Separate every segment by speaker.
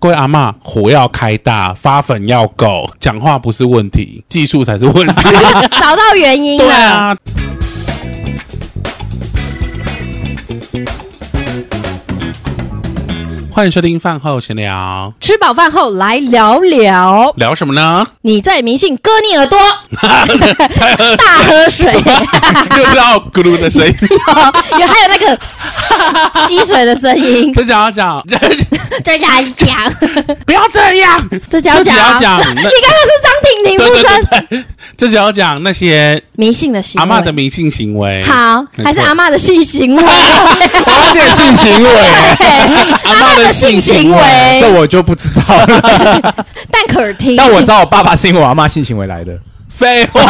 Speaker 1: 各位阿嬷，火要开大，发粉要够，讲话不是问题，技术才是问 题。
Speaker 2: 找到原因
Speaker 1: 对
Speaker 2: 了。
Speaker 1: 啊，欢迎收听饭后闲聊，
Speaker 2: 吃饱饭后来聊聊，
Speaker 1: 聊什么 呢？
Speaker 2: 你在迷信割你 耳朵，
Speaker 1: 还有
Speaker 2: 大喝水，
Speaker 1: 又是要咕噜的声 音。
Speaker 2: 有还有那个 吸水的声音，
Speaker 1: 这讲要讲， 这
Speaker 2: 这家 讲，
Speaker 1: 不要这样，
Speaker 2: 这家
Speaker 1: 这只要
Speaker 2: 讲，
Speaker 1: 讲那
Speaker 2: 你刚刚是张婷婷
Speaker 1: 对对
Speaker 2: 不是
Speaker 1: 对对，这只要讲那些
Speaker 2: 迷信的行为，
Speaker 1: 阿嬷的迷信行为。
Speaker 2: 好，
Speaker 1: 没错
Speaker 2: 还是阿嬷的 性行为，
Speaker 3: 阿妈的性行为，
Speaker 2: 阿
Speaker 1: 嬷
Speaker 2: 嬷
Speaker 1: 的
Speaker 2: 的
Speaker 1: 性
Speaker 2: 性
Speaker 1: 行
Speaker 2: 行
Speaker 3: 这
Speaker 2: 为，
Speaker 3: 我就不知道了。
Speaker 2: 但可听，
Speaker 3: 但我知道我爸爸是因为我阿妈性行为来的，
Speaker 1: 废话，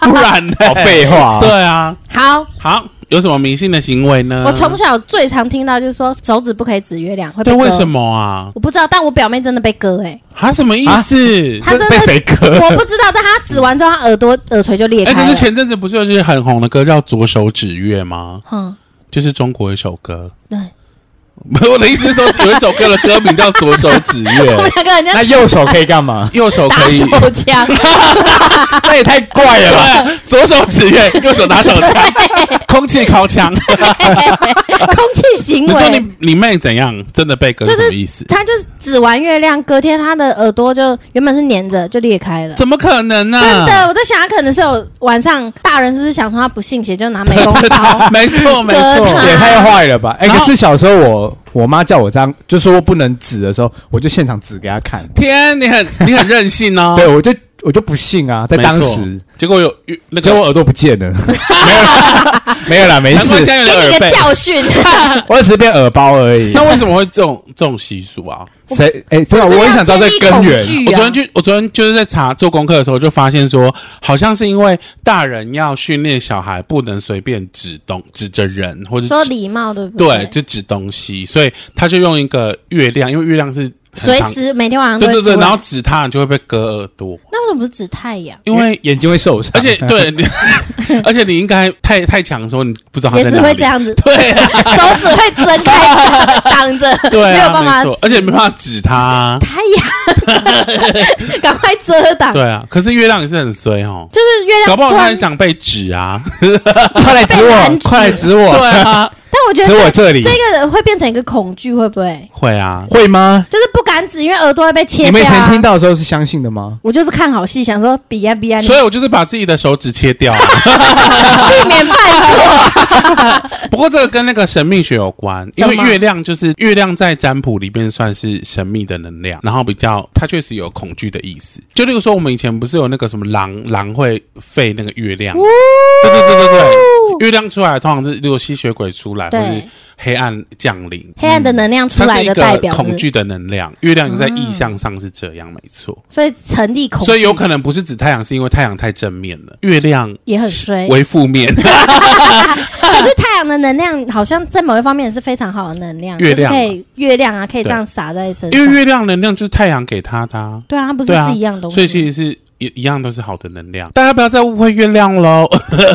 Speaker 1: 不然呢？
Speaker 3: 好废话。
Speaker 1: 对啊，
Speaker 2: 好。
Speaker 1: 好，有什么迷信的行为呢？
Speaker 2: 我从小最常听到就是说手指不可以指月亮，会被
Speaker 1: 对
Speaker 2: 割。
Speaker 1: 为什？么啊？
Speaker 2: 我不知道，但我表妹真的被割哎、
Speaker 1: 他什么意思？
Speaker 2: 她真的
Speaker 3: 被谁割？
Speaker 2: 我不知道，但她指完之后，她耳朵耳垂就裂
Speaker 1: 哎、
Speaker 2: 开
Speaker 1: 可是
Speaker 2: 了。
Speaker 1: 前阵子不是有一句很红的歌叫《左手指月》吗？
Speaker 2: 嗯，
Speaker 1: 就是中国一首歌。
Speaker 2: 对，
Speaker 1: 没有我的意思是说，有一首歌的歌名叫《左手指 月？
Speaker 2: 我们》，两个人
Speaker 3: 那
Speaker 2: 在
Speaker 3: 右手可以干嘛
Speaker 1: 右手
Speaker 2: 打
Speaker 1: 可以，
Speaker 2: 手枪，
Speaker 3: 那也太怪了吧！
Speaker 1: 对，左手指月，右手打手 枪，空气靠枪。
Speaker 2: 哎空气行
Speaker 1: 你说
Speaker 2: 为。
Speaker 1: 你你妹怎样？真的被割
Speaker 2: 就是是
Speaker 1: 什么意思？
Speaker 2: 她就是指完月亮，隔天她的耳朵就原本是粘着，就裂开了。
Speaker 1: 怎么可能啊呢、。
Speaker 2: 真的，我在想，她可能是有晚上大人是不是想说她不信邪，就拿美工刀
Speaker 1: 没错没
Speaker 2: 割
Speaker 1: 错
Speaker 2: 她，
Speaker 3: 也太坏了吧！哎，
Speaker 1: 然
Speaker 3: 可
Speaker 1: 后
Speaker 3: 是小时候我我妈叫我这样，就说不能指的时候，我就现场指给她看。
Speaker 1: 天，你很你很任性哦。
Speaker 3: 对，我就我就不信啊，在
Speaker 1: 没错
Speaker 3: 当时，
Speaker 1: 结果有那
Speaker 3: 结
Speaker 1: 个
Speaker 3: 果我耳朵不见 了，没有啦，没有啦，没
Speaker 1: 难怪现
Speaker 3: 事，
Speaker 1: 在有点
Speaker 2: 给你
Speaker 1: 耳
Speaker 2: 个
Speaker 1: 背。
Speaker 2: 教训，
Speaker 3: 我只是变耳包而已
Speaker 1: 那。为什么会这种这种习俗啊？
Speaker 3: 谁？哎，真的，
Speaker 2: 就是
Speaker 3: 我很
Speaker 2: 要
Speaker 3: 想知道这
Speaker 2: 建立
Speaker 3: 根
Speaker 2: 恐
Speaker 3: 源。
Speaker 2: 惧
Speaker 1: 我
Speaker 2: 啊
Speaker 1: 昨天去，我昨天就是在查做功课的时候，就发现说，好像是因为大人要训练小孩不能随便指东指着人，或者
Speaker 2: 说
Speaker 1: 指
Speaker 2: 礼貌对不
Speaker 1: 对，就指东西，所以他就用一个月亮，因为月亮是很
Speaker 2: 随
Speaker 1: 长
Speaker 2: 时每天晚上都
Speaker 1: 对
Speaker 2: 会
Speaker 1: 对对，
Speaker 2: 出来
Speaker 1: 然后指他你就会被割耳朵，
Speaker 2: 那为什么不是指太阳？
Speaker 1: 因为
Speaker 3: 眼睛会受伤，
Speaker 1: 而 且 对，你而且你应该太太强的时候，你不知道他
Speaker 2: 也
Speaker 1: 在
Speaker 2: 只
Speaker 1: 哪
Speaker 2: 会
Speaker 1: 里。，
Speaker 2: 这样子
Speaker 1: 对啊，
Speaker 2: 手指会睁开 挡着，
Speaker 1: 对
Speaker 2: 没有
Speaker 1: 啊，
Speaker 2: 办
Speaker 1: 没
Speaker 2: 法
Speaker 1: 错，而且没办法指他。
Speaker 2: 太阳， 赶快遮挡。
Speaker 1: 对啊，可是月亮也是很衰哦，
Speaker 2: 就是月亮，
Speaker 1: 搞不好
Speaker 2: 啊突
Speaker 1: 他
Speaker 2: 然
Speaker 1: 很想被指啊。
Speaker 3: 快来指
Speaker 2: 被
Speaker 3: 我
Speaker 2: 拦，
Speaker 3: 快来指我，
Speaker 1: 对啊，
Speaker 2: 但我觉得
Speaker 3: 指我
Speaker 2: 这
Speaker 3: 这里，
Speaker 2: 这个会变成一个恐惧，会不会？
Speaker 1: 会啊，
Speaker 3: 会吗？
Speaker 2: 就是不敢指，因为耳朵会被切
Speaker 3: 你们以
Speaker 2: 掉
Speaker 3: 前
Speaker 2: 啊。
Speaker 3: 听到的时候是相信的吗？
Speaker 2: 我就是看好戏，想说比呀比呀，你
Speaker 1: 所以啊我就是把自己的手指切 掉啊。
Speaker 2: 避免犯错。
Speaker 1: 不过这个跟那个神秘学有关，因
Speaker 2: 什么
Speaker 1: 为月亮就是月亮在占卜里边算是神秘的能量，然后比较它确实有恐惧的意思。就例如说我们以前不是有那个什么狼狼会吠那个月亮，
Speaker 2: 呜
Speaker 1: 对对对对对，月亮出来通常是如果吸血鬼出来或是
Speaker 2: 哦对，
Speaker 1: 黑暗降临，
Speaker 2: 黑暗的能量出
Speaker 1: 它是
Speaker 2: 来
Speaker 1: 一
Speaker 2: 的代
Speaker 1: 个
Speaker 2: 表是不
Speaker 1: 恐
Speaker 2: 是，
Speaker 1: 惧的能量。月亮在意象上是这样，没错。
Speaker 2: 所以成立哦恐惧，
Speaker 1: 所以有可能不是指太阳，是因为太阳太正面了，月亮
Speaker 2: 也很衰。
Speaker 1: 为负面。
Speaker 2: 哎可是太阳的能量好像在某一方面也是非常好的能量，
Speaker 1: 月亮
Speaker 2: 就是可以月亮啊，可以
Speaker 1: 对
Speaker 2: 这样洒在身
Speaker 1: 因
Speaker 2: 上。
Speaker 1: 为月亮能量就是太阳给它的、啊，
Speaker 2: 对啊，它不是
Speaker 1: 对啊
Speaker 2: 是一样东西
Speaker 1: 所
Speaker 2: 吗。
Speaker 1: 以其实是一一样都是好的能量。大家不要再误会月亮喽，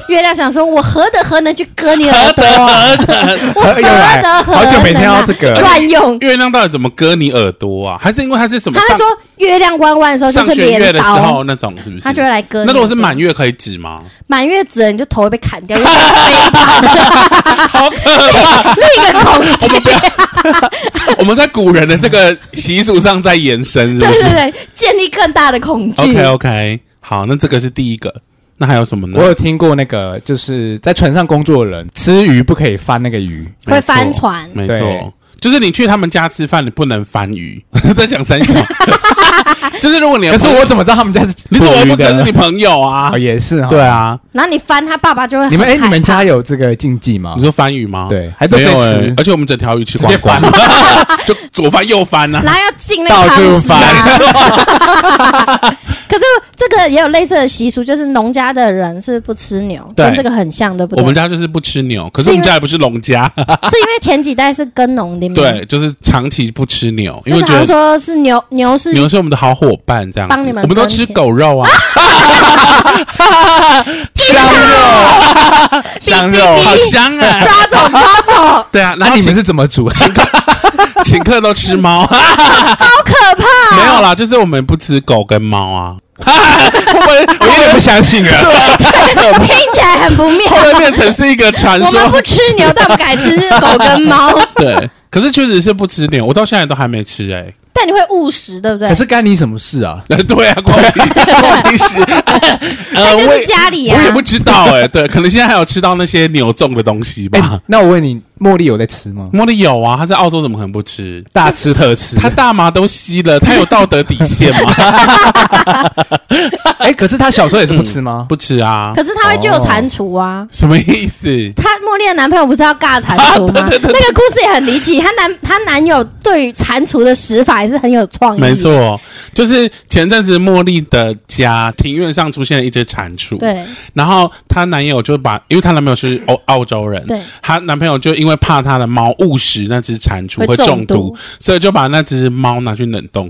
Speaker 2: 月亮想说：“我何德何能去割你耳朵？啊 我何
Speaker 3: 又来
Speaker 2: 德何能、啊？”
Speaker 3: 好久没听到这个
Speaker 2: 乱用。
Speaker 1: 月亮到底怎么割你耳朵啊？还是因为它是什么
Speaker 2: 他会
Speaker 1: 上
Speaker 2: 说月亮弯弯的时候就
Speaker 1: 上
Speaker 2: 是
Speaker 1: 弦月
Speaker 2: 镰
Speaker 1: 的时候
Speaker 2: 刀，
Speaker 1: 那种是不是？
Speaker 2: 他就会来割你耳
Speaker 1: 那
Speaker 2: 朵。
Speaker 1: 如果是满月可以指吗？
Speaker 2: 满月指了你就头会被砍掉，因为它飞吧，
Speaker 1: 好 可怕！
Speaker 2: 另一个恐 惧。
Speaker 1: 我们在古人的这个习俗上在延伸，是
Speaker 2: 对
Speaker 1: 不是
Speaker 2: 对对，建立更大的恐惧。
Speaker 1: ？OK OK，好，那这个是第一个，那还有什么呢
Speaker 3: 我？有听过那个，就是在船上工作的人吃鱼不可以翻那个鱼，
Speaker 2: 会翻船，
Speaker 1: 没
Speaker 3: 对
Speaker 1: 错，就是你去他们家吃饭，你不能翻鱼， 在讲三小，就是如果你的
Speaker 3: 可是
Speaker 1: 朋友
Speaker 3: 我怎么知道他们家是
Speaker 1: 你怎么
Speaker 3: 捕
Speaker 1: 不
Speaker 3: 鱼
Speaker 1: 可能是
Speaker 3: 的
Speaker 1: 你？朋友啊
Speaker 3: 哦，？也是哈。
Speaker 1: 对，啊，
Speaker 2: 然后你翻他爸爸就会很
Speaker 3: 你们哎，
Speaker 2: 害怕
Speaker 3: 你们家有这个禁忌吗
Speaker 1: 你？说翻鱼吗？
Speaker 3: 对，还都
Speaker 1: 没
Speaker 3: 可
Speaker 1: 有欸
Speaker 3: 以吃，
Speaker 1: 而且我们整条鱼吃
Speaker 3: 直接
Speaker 1: 光光，就左翻右翻呐。
Speaker 2: 然后要进那
Speaker 3: 到
Speaker 2: 个
Speaker 3: 处
Speaker 2: 汤汁啊。可是这个也有类似的习俗，就是农家的人是不是不吃牛，
Speaker 1: 对
Speaker 2: 跟这个很像，对不
Speaker 1: 我
Speaker 2: 对
Speaker 1: 们？家就是不吃牛，可是
Speaker 2: 是因为
Speaker 1: 我们家也不是农家，
Speaker 2: 是因为前几代是耕农的吗，
Speaker 1: 对，就是长期不吃牛，因
Speaker 2: 就
Speaker 1: 为
Speaker 2: 是好
Speaker 1: 觉得
Speaker 2: 像说是牛牛是
Speaker 1: 牛是我们的好伙伴，这样子。
Speaker 2: 帮你们
Speaker 1: 我们都
Speaker 2: 耕
Speaker 1: 吃
Speaker 2: 田
Speaker 1: 狗肉啊，
Speaker 3: 香肉，香肉，
Speaker 1: 好香啊！
Speaker 2: 抓走抓走，
Speaker 1: 对啊，然
Speaker 3: 那
Speaker 1: 后
Speaker 3: 你
Speaker 1: 请
Speaker 3: 们是怎 么煮？
Speaker 1: 请客都吃猫，
Speaker 2: 好可怕。啊
Speaker 1: 没有啦，就是我们不吃狗跟猫啊。会不会
Speaker 3: 我有点不相信啊。
Speaker 2: 听起来很不妙。
Speaker 1: 会不会变成是一个传
Speaker 2: 我们不
Speaker 1: 说？
Speaker 2: 吃牛，但我们改吃狗跟 猫。
Speaker 1: 对，可是确实是不吃牛，我到现在都还没吃哎、
Speaker 2: 但你会误食，对不对
Speaker 3: 可？是干你什么事啊？
Speaker 1: 对啊，关我屁关我屁事。呃
Speaker 2: 那就
Speaker 1: 我
Speaker 2: 是
Speaker 1: 也
Speaker 2: 家里啊
Speaker 1: 我，也不知道哎、对，可能现在还有吃到那些牛种的东西
Speaker 3: 哎
Speaker 1: 吧。，
Speaker 3: 那我问你，茉莉有在吃吗？
Speaker 1: 茉莉有啊，她在澳洲怎么可能不吃？
Speaker 3: 大吃特吃。
Speaker 1: 她大麻都吸了，她有道德底线吗？
Speaker 3: 哎，可是她小时候也是不吃吗？
Speaker 1: 不吃啊，
Speaker 2: 可是他会救蟾蜍啊。
Speaker 1: 什么意思？
Speaker 2: 她茉莉的男朋友不是要尬蟾蜍
Speaker 1: 啊
Speaker 2: 吗？那个故事也很离奇。她男她男友对于蟾蜍的食法也是很有创意。
Speaker 1: 没，错，就是前阵子茉莉的家庭院上出现了一只蟾蜍，
Speaker 2: 对
Speaker 1: 然后她男友就把，因为她男朋友是澳澳洲人，
Speaker 2: 对，
Speaker 1: 她男朋友就因为怕她的猫误食那只蟾蜍
Speaker 2: 会
Speaker 1: 会中
Speaker 2: 中毒哦
Speaker 1: 所以就把那只猫拿去冷 冻。
Speaker 2: 你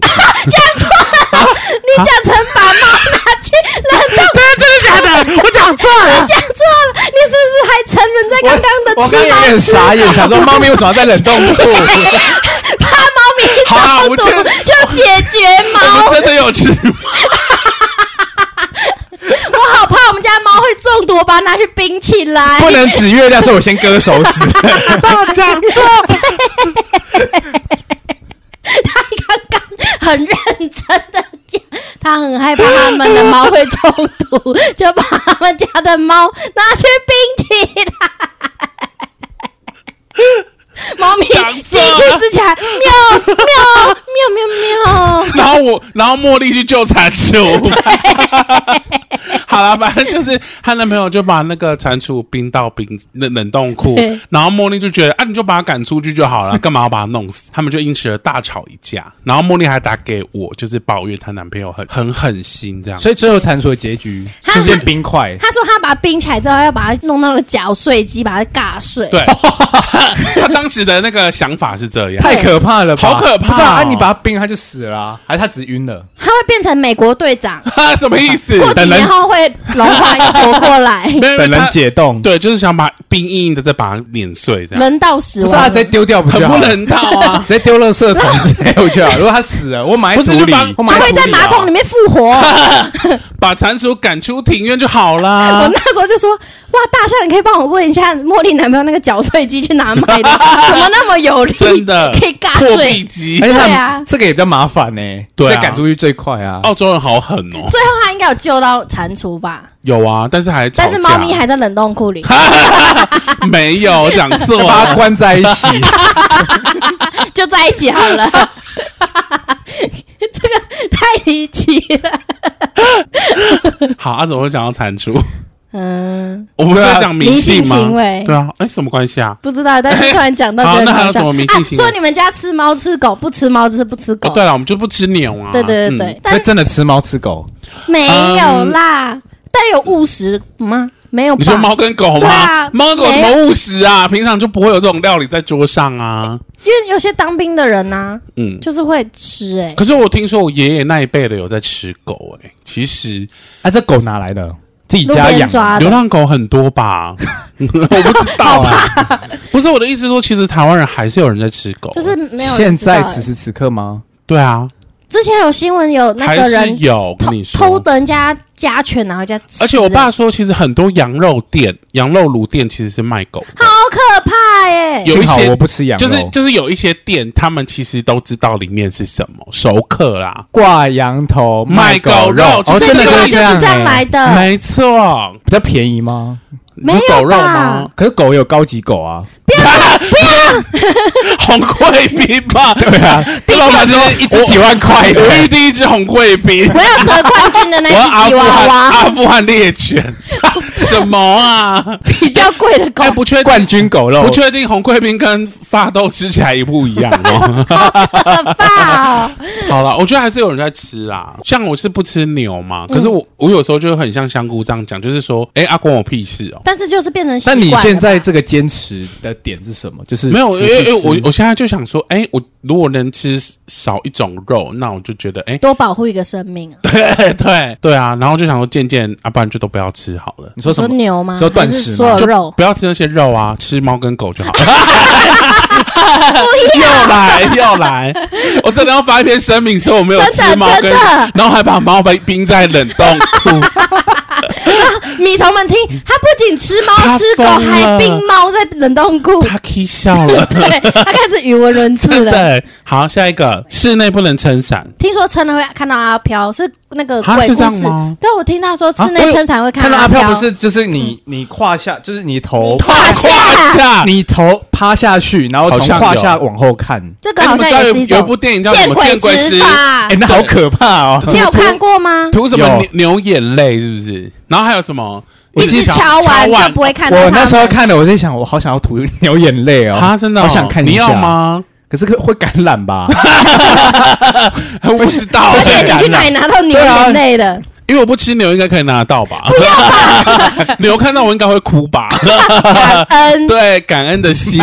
Speaker 2: 讲成把猫拿去
Speaker 1: 嗯
Speaker 2: 冷冻，真的假的？我讲错了，讲错了。你是不是还沉沦在刚
Speaker 3: 我
Speaker 2: 刚的
Speaker 3: 刚
Speaker 2: 吃
Speaker 3: 有
Speaker 2: 猫
Speaker 3: 点
Speaker 2: 吃
Speaker 3: 傻眼，想说猫咪为什么要在冷冻 库？
Speaker 2: 怕
Speaker 1: 好啦
Speaker 2: 猫
Speaker 1: 我
Speaker 2: 咪
Speaker 1: 觉
Speaker 2: 中
Speaker 1: 得
Speaker 2: 毒就解决猫？
Speaker 1: 我真的有吃
Speaker 2: 我好怕我们家猫会中毒，我把它拿去冰起来。
Speaker 3: 不能指月亮，所以我先割手指。
Speaker 2: 讲错。他刚刚很认真的讲，他很害怕他们的猫会中毒，就把他们家的猫拿去冰起来。猫咪
Speaker 1: 讲
Speaker 2: 进
Speaker 1: 错了
Speaker 2: 去之前，喵喵喵喵喵，
Speaker 1: 然后我，然后茉莉去救蟾 蜍。 好啦，反正就是她男朋友就把那个蟾蜍冰到冰冷冷冻库
Speaker 2: 对，
Speaker 1: 然后茉莉就觉得啊，你就把它赶出去就好了，干嘛要把它弄死？他们就因此而大吵一架。然后茉莉还打给我，就是抱怨她男朋友很很狠心这样。
Speaker 3: 所以最后蟾蜍的结局
Speaker 2: 它
Speaker 3: 就是冰块。
Speaker 2: 他说他把它冰起来之后，要把它弄到那个绞碎机，把它尬碎。
Speaker 1: 对，她当时的那个想法是这样。
Speaker 3: 太可怕了吧！
Speaker 1: 好可怕哦
Speaker 3: 不是啊，啊你把它冰了，它就死了、啊，还是它只是晕了？
Speaker 2: 它会变成美国队长，
Speaker 1: 什么意思？
Speaker 2: 过几年后会融化又活过来，
Speaker 1: 没有
Speaker 3: 等人
Speaker 1: 她
Speaker 3: 解冻，
Speaker 1: 对，就是想把冰硬硬的再把它碾碎这样，
Speaker 2: 人到死
Speaker 3: 不是啊，
Speaker 2: 亡
Speaker 3: 直。接丢掉不
Speaker 1: 很
Speaker 3: 就好
Speaker 1: 不
Speaker 3: 了？
Speaker 1: 人道啊。
Speaker 3: 直接丢垃圾桶直接回去啊！如果它死了，我埋
Speaker 1: 不
Speaker 3: 在
Speaker 1: 是
Speaker 3: 土里
Speaker 1: 就把，
Speaker 3: 我埋
Speaker 2: 就会在
Speaker 3: 土里啊
Speaker 2: 马桶里。面复 活。
Speaker 1: 把蟾蜍赶出庭院就好
Speaker 2: 我
Speaker 1: 啦。
Speaker 2: 那时候就说：“哇，大象，你可以帮我问一下茉莉男朋友那个绞碎机去哪买的？ 怎么那么有力？
Speaker 1: 真的
Speaker 2: 可以尬
Speaker 1: 破壁
Speaker 2: 碎。
Speaker 1: 机
Speaker 3: 而，且它
Speaker 2: 对啊
Speaker 3: 这个也比较麻烦呢、
Speaker 1: 对啊
Speaker 3: 再赶出去最快啊。
Speaker 1: 澳洲人好狠哦。
Speaker 2: 最后他应该有救到蟾蜍吧？
Speaker 1: 有啊，但是还吵架
Speaker 2: 但是猫咪还在冷冻库里。
Speaker 1: 没有讲错啊
Speaker 3: 就 把它关在一 起，
Speaker 2: 就在一起 好了。 这个太离奇了。
Speaker 1: 好，阿、啊、怎么会讲到蟾蜍？
Speaker 2: 嗯，
Speaker 1: 我们在讲迷信吗
Speaker 2: 迷信行为
Speaker 1: 对啊，哎、什么关系啊？
Speaker 2: 不知道，但是突然讲到
Speaker 1: 好
Speaker 2: 觉得
Speaker 1: 那还有
Speaker 2: 好笑
Speaker 1: 什么迷信
Speaker 2: 啊
Speaker 1: 行为
Speaker 2: 说你们家吃猫吃狗，不吃猫吃不吃狗。
Speaker 1: 哦，对了，我们就不吃牛啊。
Speaker 2: 对对对对
Speaker 1: 嗯
Speaker 2: 但
Speaker 3: 那真的吃猫吃狗，
Speaker 2: 没有啦，但有误食吗？没有吧？
Speaker 1: 你说猫跟狗
Speaker 2: 对
Speaker 1: 吗
Speaker 2: 啊？
Speaker 1: 猫、跟狗
Speaker 2: 没
Speaker 1: 怎
Speaker 2: 有
Speaker 1: 么务实啊？平常就不会有这种料理在桌上啊。
Speaker 2: 因为有些当兵的人呐、
Speaker 1: 嗯，
Speaker 2: 就是会吃哎、
Speaker 1: 可是我听说我爷爷那一辈的有在吃狗、哎，其实
Speaker 3: 啊，这狗哪来的？自己
Speaker 2: 路
Speaker 3: 家
Speaker 2: 边
Speaker 3: 养啊的。
Speaker 2: 抓
Speaker 1: 流
Speaker 2: 的。
Speaker 1: 浪狗很多 吧？我不知道啊。不是我的意思说，其实台湾人还是有人在吃狗，
Speaker 2: 就是没有
Speaker 3: 现
Speaker 2: 人知道
Speaker 3: 在
Speaker 2: 欸
Speaker 3: 此时此刻吗？
Speaker 1: 对啊，
Speaker 2: 之前有新闻有那
Speaker 1: 还
Speaker 2: 个
Speaker 1: 是
Speaker 2: 人
Speaker 1: 有。
Speaker 2: 偷
Speaker 1: 跟你
Speaker 2: 偷
Speaker 1: 说，
Speaker 2: 的人家家犬，然后人家吃欸、
Speaker 1: 而且我爸说，其实很多羊肉店、羊肉炉店其实是卖狗的，
Speaker 2: 好可怕哎、
Speaker 1: 有一
Speaker 3: 幸好
Speaker 1: 些
Speaker 3: 我不吃羊肉，
Speaker 1: 就是就是有一些店，他们其实都知道里面是什么熟客啦。
Speaker 3: 挂羊头
Speaker 1: 卖狗
Speaker 3: 肉
Speaker 1: 肉，
Speaker 2: 这
Speaker 3: 哦，真的
Speaker 2: 句话
Speaker 3: 是
Speaker 2: 就是
Speaker 3: 样
Speaker 2: 这样
Speaker 3: 欸
Speaker 2: 来的，
Speaker 1: 没错，
Speaker 3: 比较便宜吗？
Speaker 1: 你
Speaker 2: 没
Speaker 1: 说
Speaker 2: 有
Speaker 1: 狗肉
Speaker 2: 吧
Speaker 1: 吗？
Speaker 3: 可是狗有高级狗啊，
Speaker 1: 红贵宾吧，
Speaker 3: 对啊，
Speaker 1: 跟老板说
Speaker 3: 一只几万块的，
Speaker 1: 我遇第一只红贵宾，
Speaker 2: 我要得冠军 的那
Speaker 1: 我要
Speaker 2: 只
Speaker 1: 阿
Speaker 2: 吉
Speaker 1: 富
Speaker 2: 娃
Speaker 1: 汗
Speaker 2: 娃
Speaker 1: 阿富汗猎犬，什么啊？
Speaker 2: 比较贵的狗
Speaker 1: 哎，，不确定
Speaker 3: 冠军狗肉，
Speaker 1: 不确 定红贵宾跟发豆吃起来一不一样哦。
Speaker 2: 好可怕哦！
Speaker 1: 好了，我觉得还是有人在吃啦。像我是不吃牛嘛，可是我、我有时候就很像香菇这样讲，就是说，哎、阿关我屁事哦、
Speaker 2: 但是就是变成习
Speaker 3: 那
Speaker 2: 惯了
Speaker 3: 你
Speaker 2: 吧。
Speaker 3: 现在这个坚持的点是什么？就是
Speaker 1: 没有，因
Speaker 3: 持
Speaker 1: 为
Speaker 3: 续
Speaker 1: 因为我
Speaker 3: 吃
Speaker 1: 我现在就想说，哎、我如果能吃少一种肉，那我就觉 得，哎、
Speaker 2: 多保护一个生命啊？
Speaker 1: 对对对啊，然后就想说渐渐，啊，不然就都不要吃好了。
Speaker 3: 你说什
Speaker 2: 说
Speaker 3: 么？
Speaker 2: 牛吗？
Speaker 3: 说断
Speaker 2: 还是
Speaker 3: 食吗
Speaker 2: 所有
Speaker 1: 就
Speaker 2: 哦肉？
Speaker 1: 不要吃那些肉啊，吃猫跟狗 就好。 又来又来，我真的要发一篇声明说我没有
Speaker 2: 真的
Speaker 1: 吃猫跟
Speaker 2: 真的，
Speaker 1: 然后还把猫被冰在冷冻库。
Speaker 2: 米虫们听，他不仅吃猫
Speaker 1: 他
Speaker 2: 吃狗，
Speaker 1: 疯了
Speaker 2: 还冰猫在冷冻 库，，
Speaker 1: 他 k 笑了
Speaker 2: 对他开始语无伦次
Speaker 1: 真
Speaker 2: 了。
Speaker 1: 的。好，下一个，室内不能撑伞，
Speaker 2: 听说撑了会看到阿飘，是那个
Speaker 1: 啊
Speaker 2: 鬼
Speaker 1: 是
Speaker 2: 故
Speaker 1: 这样
Speaker 2: 事
Speaker 1: 吗。
Speaker 2: 但我听到说室
Speaker 3: 啊我
Speaker 2: 内
Speaker 3: 有
Speaker 2: 撑伞会
Speaker 3: 看到
Speaker 2: 阿嗯
Speaker 3: 阿飘不是就是你你胯下，就是你
Speaker 1: 哦
Speaker 3: 头
Speaker 2: 胯啊下
Speaker 1: 胯下。
Speaker 3: 你头趴下去，然后从
Speaker 1: 好像有
Speaker 3: 胯下往后看，
Speaker 2: 这个
Speaker 1: 哎
Speaker 2: 好
Speaker 1: 你们
Speaker 2: 像
Speaker 1: 知道
Speaker 2: 也
Speaker 1: 有
Speaker 2: 是一
Speaker 1: 有一部
Speaker 2: 种
Speaker 1: 电影叫什
Speaker 2: 见
Speaker 1: 么《见鬼
Speaker 2: 鬼
Speaker 1: 师
Speaker 2: 使》，法
Speaker 3: 哎，，那好可怕哦！
Speaker 2: 你有看过吗？
Speaker 1: 涂什么
Speaker 3: 有
Speaker 1: 牛牛眼泪是不是？然后还有什么？
Speaker 2: 一直敲完就不会看到
Speaker 3: 我
Speaker 2: 他
Speaker 3: 那时候
Speaker 2: 们
Speaker 3: 看了，我在想，我好想要吐牛眼泪哦！
Speaker 1: 啊，真的哦，
Speaker 3: 好想看一下
Speaker 1: 你要？吗？
Speaker 3: 可是会感染吧？
Speaker 1: 我不知道，
Speaker 2: 而且你去哪里拿到牛眼泪的？
Speaker 1: 因为我不吃牛，应该可以拿得到吧？不要吧， 牛看到我应该会哭 吧？
Speaker 2: 感恩，
Speaker 1: 对，感恩的 心。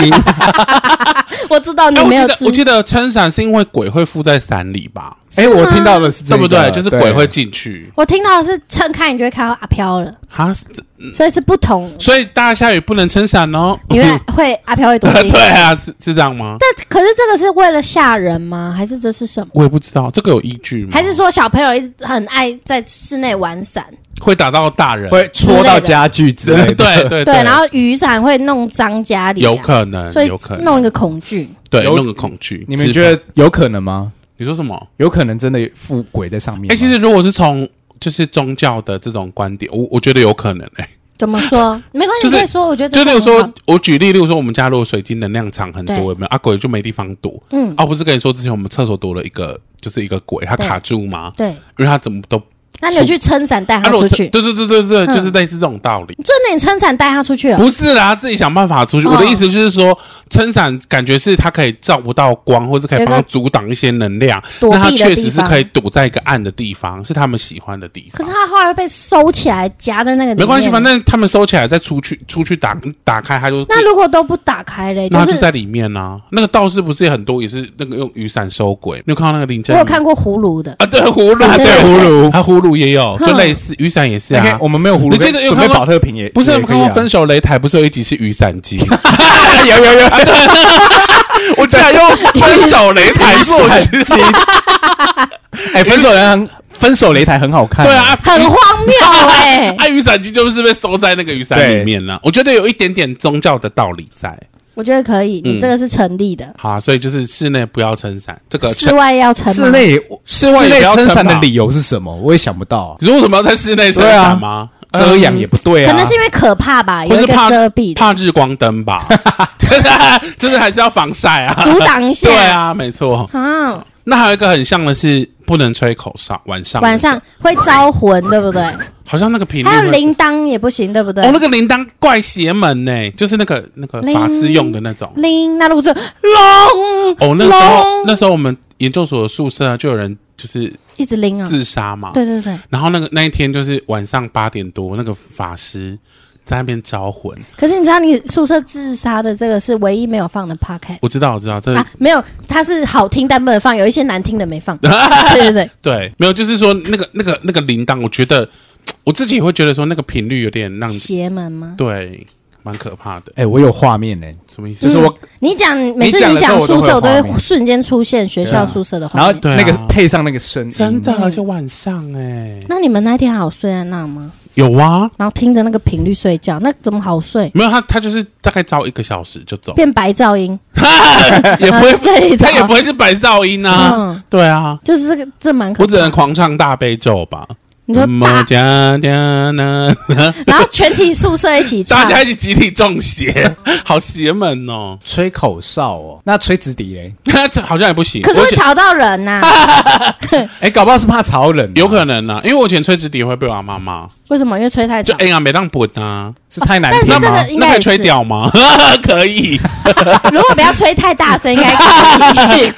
Speaker 2: 我知道你
Speaker 1: 哎我
Speaker 2: 没
Speaker 1: 记
Speaker 2: 有
Speaker 1: 得
Speaker 2: 吃
Speaker 1: 我。记得撑伞是因为鬼会附在伞里吧？
Speaker 3: 哎，我听到的是这
Speaker 1: 对
Speaker 3: 个
Speaker 1: 不对？就是鬼会进去
Speaker 2: 我听到的是撑开你就会看到阿飘了，
Speaker 1: 啊，是这
Speaker 2: 所以是不同，
Speaker 1: 所以大家下雨不能撑伞哦。
Speaker 2: 因为会阿飘会躲进去。
Speaker 1: 对啊，是是这样吗？
Speaker 2: 但可是这个是为了吓人吗？还是这是什么？
Speaker 1: 我也不知道这个有依据吗？
Speaker 2: 还是说小朋友一直很爱在室内玩伞？
Speaker 1: 会打到大人？
Speaker 3: 会戳到家具之类
Speaker 1: 对
Speaker 3: 的。
Speaker 1: 对哎对啊
Speaker 2: 对，然后雨伞会弄脏家里啊、
Speaker 1: 有可能，
Speaker 2: 所以
Speaker 1: 有可能
Speaker 2: 弄一个恐惧。
Speaker 1: 对
Speaker 3: 有
Speaker 1: 弄个恐惧。
Speaker 3: 你们
Speaker 1: 自
Speaker 3: 觉
Speaker 1: 卑
Speaker 3: 得有可能吗？
Speaker 1: 你说什么？
Speaker 3: 有可能真的附鬼在上面吗？
Speaker 1: 哎、其实如果是从就是宗教的这种观点，我我觉得有可能哎、
Speaker 2: 怎么 说？没关系，
Speaker 1: 就是
Speaker 2: 可以说。我觉得
Speaker 1: 就
Speaker 2: 这
Speaker 1: 例
Speaker 2: 个
Speaker 1: 如
Speaker 2: 很好
Speaker 1: 说，我举例，例如说，我们家如果水晶能量场很多，
Speaker 2: 对
Speaker 1: 有没有啊？鬼就没地方躲。
Speaker 2: 嗯，
Speaker 1: 啊，我不是跟你说之前我们厕所躲了一个，就是一个鬼，他
Speaker 2: 对
Speaker 1: 卡住吗？
Speaker 2: 对，
Speaker 1: 因为他怎么都，
Speaker 2: 那你有去撑伞带
Speaker 1: 他
Speaker 2: 他
Speaker 1: 啊如果
Speaker 2: 出
Speaker 1: 对
Speaker 2: 去？
Speaker 1: 对对对对，
Speaker 2: 嗯
Speaker 1: 就是类似这种道理。
Speaker 2: 就那你撑伞带他出去哦。
Speaker 1: 不是啦，自己想办法出去。
Speaker 2: 哦
Speaker 1: 我的意思就是说，撑伞感觉是它可以照不到光，或是可以
Speaker 2: 有一
Speaker 1: 帮
Speaker 2: 个
Speaker 1: 他阻挡一些能量。
Speaker 2: 躲
Speaker 1: 那
Speaker 2: 避的
Speaker 1: 它确实
Speaker 2: 地
Speaker 1: 是
Speaker 2: 方
Speaker 1: 可以躲在一个暗的地方，是他们喜欢的地
Speaker 2: 可
Speaker 1: 方
Speaker 2: 是。他后来被收起来，夹在那个里
Speaker 1: 没
Speaker 2: 面。
Speaker 1: 关系，反正他们收起来再出去，出去打打开，它就
Speaker 2: 那如果都不打开嘞，
Speaker 1: 那它
Speaker 2: 是
Speaker 1: 就在里面啊。那个道士不是也很多，也是那个用雨伞收鬼。你有看到那个林
Speaker 2: 我
Speaker 1: 真？
Speaker 2: 有看过葫芦的，
Speaker 1: 啊，对，葫芦，
Speaker 2: 啊对
Speaker 1: 对
Speaker 3: 葫芦
Speaker 1: 它葫芦也有，
Speaker 2: 哼
Speaker 1: 就类似雨伞也是
Speaker 3: 你看
Speaker 1: 啊。
Speaker 3: 我们没有葫芦，
Speaker 1: 你记得有
Speaker 3: 准
Speaker 1: 看
Speaker 3: 备
Speaker 1: 过
Speaker 3: 保特瓶也
Speaker 1: 不是我
Speaker 3: 也
Speaker 1: 们
Speaker 3: 可
Speaker 1: 看
Speaker 3: 以
Speaker 1: 过《
Speaker 3: 啊
Speaker 1: 分手擂台》，不是有一集是雨伞机？
Speaker 3: 有有 有，
Speaker 1: 我竟然用分手擂台过去。
Speaker 3: 哎，分手擂台，分手擂台很好看，
Speaker 1: 对啊，，
Speaker 2: 很荒 谬哎、
Speaker 1: 啊，雨伞机就是被收在那个雨伞里面了、我觉得有一点点宗教的道理在。
Speaker 2: 我觉得可以，
Speaker 1: 嗯
Speaker 2: 你这个是成立的，
Speaker 1: 好、啊，所以就是室内不要撑伞，这个
Speaker 2: 室
Speaker 1: 撑。
Speaker 2: 外要成
Speaker 3: 呃室内
Speaker 1: 室外也
Speaker 3: 内
Speaker 1: 不要撑
Speaker 3: 撑伞的
Speaker 1: 吧
Speaker 3: 理由是什么？我也想不到啊，
Speaker 1: 你说为什么要在室内撑伞吗？
Speaker 3: 遮阳也
Speaker 1: 嗯
Speaker 3: 不对啊，
Speaker 2: 可能是因为可怕吧，
Speaker 1: 或
Speaker 2: 有
Speaker 1: 是
Speaker 2: 一个
Speaker 1: 怕
Speaker 2: 遮蔽的，
Speaker 1: 怕日光灯吧， 就是还是要防晒啊。
Speaker 2: 阻挡一下。
Speaker 1: 对啊，没错。
Speaker 2: 啊，
Speaker 1: 那还有一个很像的是不能吹口哨，晚上
Speaker 2: 晚上会招魂，对不对？
Speaker 1: 好像那个频率
Speaker 2: 还有
Speaker 1: 会
Speaker 2: 铃铛也不行，对不对
Speaker 1: 哦，？那个铃铛怪邪门呢、就是那个那个
Speaker 2: 铃
Speaker 1: 法师用的那种。
Speaker 2: 铃，那如果是隆
Speaker 1: 哦，那时候
Speaker 2: 隆
Speaker 1: 那时候我们研究所的宿舍啊就有人就是
Speaker 2: 一直铃啊，
Speaker 1: 自杀嘛，
Speaker 2: 对对对。
Speaker 1: 然后那个那一天就是晚上八点多，那个法师在那边招魂。
Speaker 2: 可是你知道，你宿舍自杀的这个是唯一没有放的 p o c k e
Speaker 1: 我知道，我知道，这、
Speaker 2: t 啊，没有，它是好听但不能放，有一些难听的没 放。对对对，
Speaker 1: 对没有，就是说那个那个那个铃铛，我觉得我自己也会觉得说那个频率有点让
Speaker 2: 邪门吗？
Speaker 1: 对蛮可怕的，
Speaker 3: 哎，我有画面呢，
Speaker 1: 什么意思？
Speaker 2: 嗯
Speaker 3: 就是我，
Speaker 2: 你讲每次你
Speaker 3: 你讲的时
Speaker 2: 讲
Speaker 3: 候
Speaker 2: 宿舍，
Speaker 3: 我
Speaker 2: 我
Speaker 3: 都
Speaker 2: 都
Speaker 3: 会有画
Speaker 2: 会
Speaker 3: 面
Speaker 2: 瞬间出现学
Speaker 3: 对啊
Speaker 2: 校宿舍的
Speaker 3: 然
Speaker 2: 画
Speaker 3: 后
Speaker 2: 面。
Speaker 1: 对啊
Speaker 3: 那个配上那个声音，
Speaker 1: 真的，
Speaker 2: 嗯
Speaker 1: 而且晚上哎、
Speaker 2: 那你们那一天好睡在那吗？
Speaker 1: 有啊，
Speaker 2: 然后听着那个频率睡觉，那怎么好睡？
Speaker 1: 没有他他就是大概招一个小时就 走，
Speaker 2: 变白噪音，
Speaker 1: 哦也 不会
Speaker 2: 睡着
Speaker 1: 他也不会是白噪音啊，
Speaker 2: 嗯，
Speaker 1: 对啊，
Speaker 2: 就是这个这蛮可怕。
Speaker 1: 我只能狂唱大悲咒吧。
Speaker 2: 你说
Speaker 1: 么
Speaker 2: 大，
Speaker 1: 家的 呢？
Speaker 2: 然后全体宿舍一起
Speaker 1: 大
Speaker 2: 唱，
Speaker 1: 家一起集体中邪， 好邪门哦！
Speaker 3: 吹口哨哦，那吹直笛嘞？
Speaker 1: 这好像也不行，
Speaker 2: 可是
Speaker 1: 我
Speaker 2: 会
Speaker 1: 以前
Speaker 2: 吵到人呐、
Speaker 3: 哎，搞不好是怕吵人啊，
Speaker 1: 有可能啊，因为我以前吹直笛会被我妈骂，
Speaker 2: 为什么？因为吹太
Speaker 1: 就
Speaker 2: 吵。
Speaker 1: 哎呀没当本啊，
Speaker 3: 是太难
Speaker 2: 但是
Speaker 3: 听
Speaker 2: 这
Speaker 3: 吗？
Speaker 2: 个应
Speaker 1: 那
Speaker 2: 该
Speaker 1: 可以
Speaker 2: 也
Speaker 1: 吹
Speaker 2: 是，
Speaker 1: 掉 吗？可以，
Speaker 2: 如果不要吹太大声，应该可以。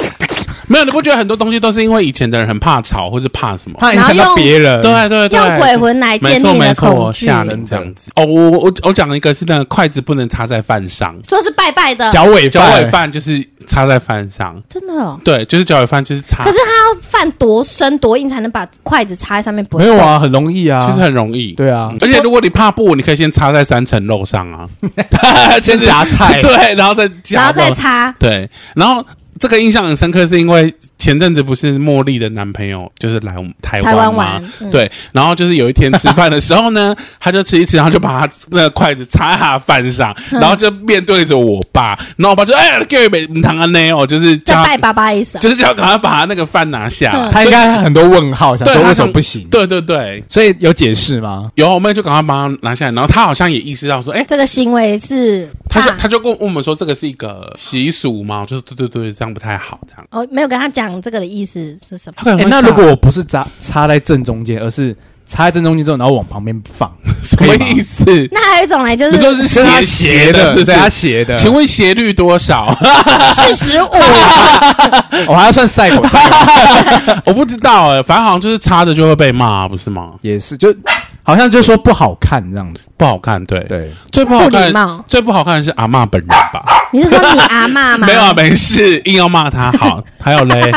Speaker 1: 没有，你不觉得很多东西都是因为以前的人很怕吵，或是怕什么？
Speaker 3: 怕影响到别人。
Speaker 1: 对啊对对，
Speaker 2: 用鬼魂来
Speaker 1: 没
Speaker 2: 哎建
Speaker 1: 错
Speaker 2: 立你
Speaker 1: 没
Speaker 2: 的恐
Speaker 1: 错，
Speaker 2: 惧，
Speaker 1: 吓人这样子。哦，我我我讲一个是那个筷子不能插在饭上，
Speaker 2: 说是拜拜的，
Speaker 3: 脚尾
Speaker 1: 脚
Speaker 3: 饭
Speaker 1: 尾饭就是插在饭上，
Speaker 2: 真的哦。
Speaker 1: 对，就是脚尾饭就是插
Speaker 2: 可是，他要饭多深多硬才能把筷子插在上面？不会
Speaker 3: 没有啊，很容易啊，
Speaker 1: 其实很容易。
Speaker 3: 对啊
Speaker 1: 嗯，而且如果你怕布，你可以先插在三层肉上 啊，
Speaker 3: 先夹 菜
Speaker 1: 对，啊然后再夹，
Speaker 2: 然后再插，
Speaker 1: 对，然后这个印象很深刻，是因为前阵子不是茉莉的男朋友就是来我们台
Speaker 2: 台
Speaker 1: 湾
Speaker 2: 湾
Speaker 1: 吗
Speaker 2: 玩？嗯
Speaker 1: 对，然后就是有一天吃饭的时 候呢，他就吃一吃，然后就把他那个筷子插在他的饭上，
Speaker 2: 嗯
Speaker 1: 然后就面对着我爸，然后我爸就哎，给我一杯糖啊那哦，就是
Speaker 2: 再
Speaker 1: 叫
Speaker 2: 拜嗯爸爸一声。
Speaker 1: 就是叫赶快把他那个饭拿下来。
Speaker 3: 他应该很多问号，想
Speaker 1: 对
Speaker 3: 说
Speaker 1: 他
Speaker 3: 为什么
Speaker 1: 想
Speaker 3: 不行？
Speaker 1: 对对对，
Speaker 3: 所以有解释吗？
Speaker 1: 有我们就赶快把他拿下来，然后他好像也意识到说，哎、
Speaker 2: 这个行为是
Speaker 1: 他就
Speaker 2: 怕
Speaker 1: 他就跟我们说这个是一个习俗嘛，我就说对对对，这样不太好，这样。
Speaker 2: 哦，没有跟他讲这个的意思是什么
Speaker 1: 他？可能
Speaker 3: 哎
Speaker 1: 会，
Speaker 3: 那
Speaker 1: 吓
Speaker 3: 如果我不是插插在正中间，而是插在正中间之后，然后往旁边放，
Speaker 1: 什么意 思？
Speaker 2: 那还有一种呢，就
Speaker 1: 你说
Speaker 2: 是
Speaker 1: 是
Speaker 3: 是他
Speaker 1: 斜的，
Speaker 3: 斜的，
Speaker 1: 是不
Speaker 3: 对，他
Speaker 1: 是？
Speaker 3: 斜的。
Speaker 1: 请问斜率多 少？
Speaker 2: 四十 五，
Speaker 3: 我还要算赛狗赛狗
Speaker 1: 我不知道哎、反正好像就是插着就会被骂，不是吗？
Speaker 3: 也是，就好像就说不好看这样子。
Speaker 1: 不好看，对，
Speaker 3: 对，
Speaker 1: 最不好
Speaker 2: 不
Speaker 1: 看
Speaker 2: 礼貌，
Speaker 1: 最不好看的是阿嬷本人吧？
Speaker 2: 你是说你阿嬷吗？
Speaker 1: 没有啊，没事，硬要骂她 好。还有嘞，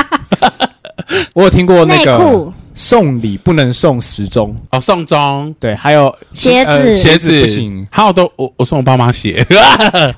Speaker 3: 我有听过那
Speaker 2: 内
Speaker 3: 个
Speaker 2: 裤、
Speaker 3: 送礼不能送时钟，
Speaker 1: 哦，送钟。
Speaker 3: 对，还有
Speaker 2: 鞋
Speaker 3: 呃
Speaker 1: 鞋
Speaker 2: 子
Speaker 3: 鞋
Speaker 1: 子
Speaker 3: 子不行，
Speaker 1: 还有都我我送我爸妈鞋，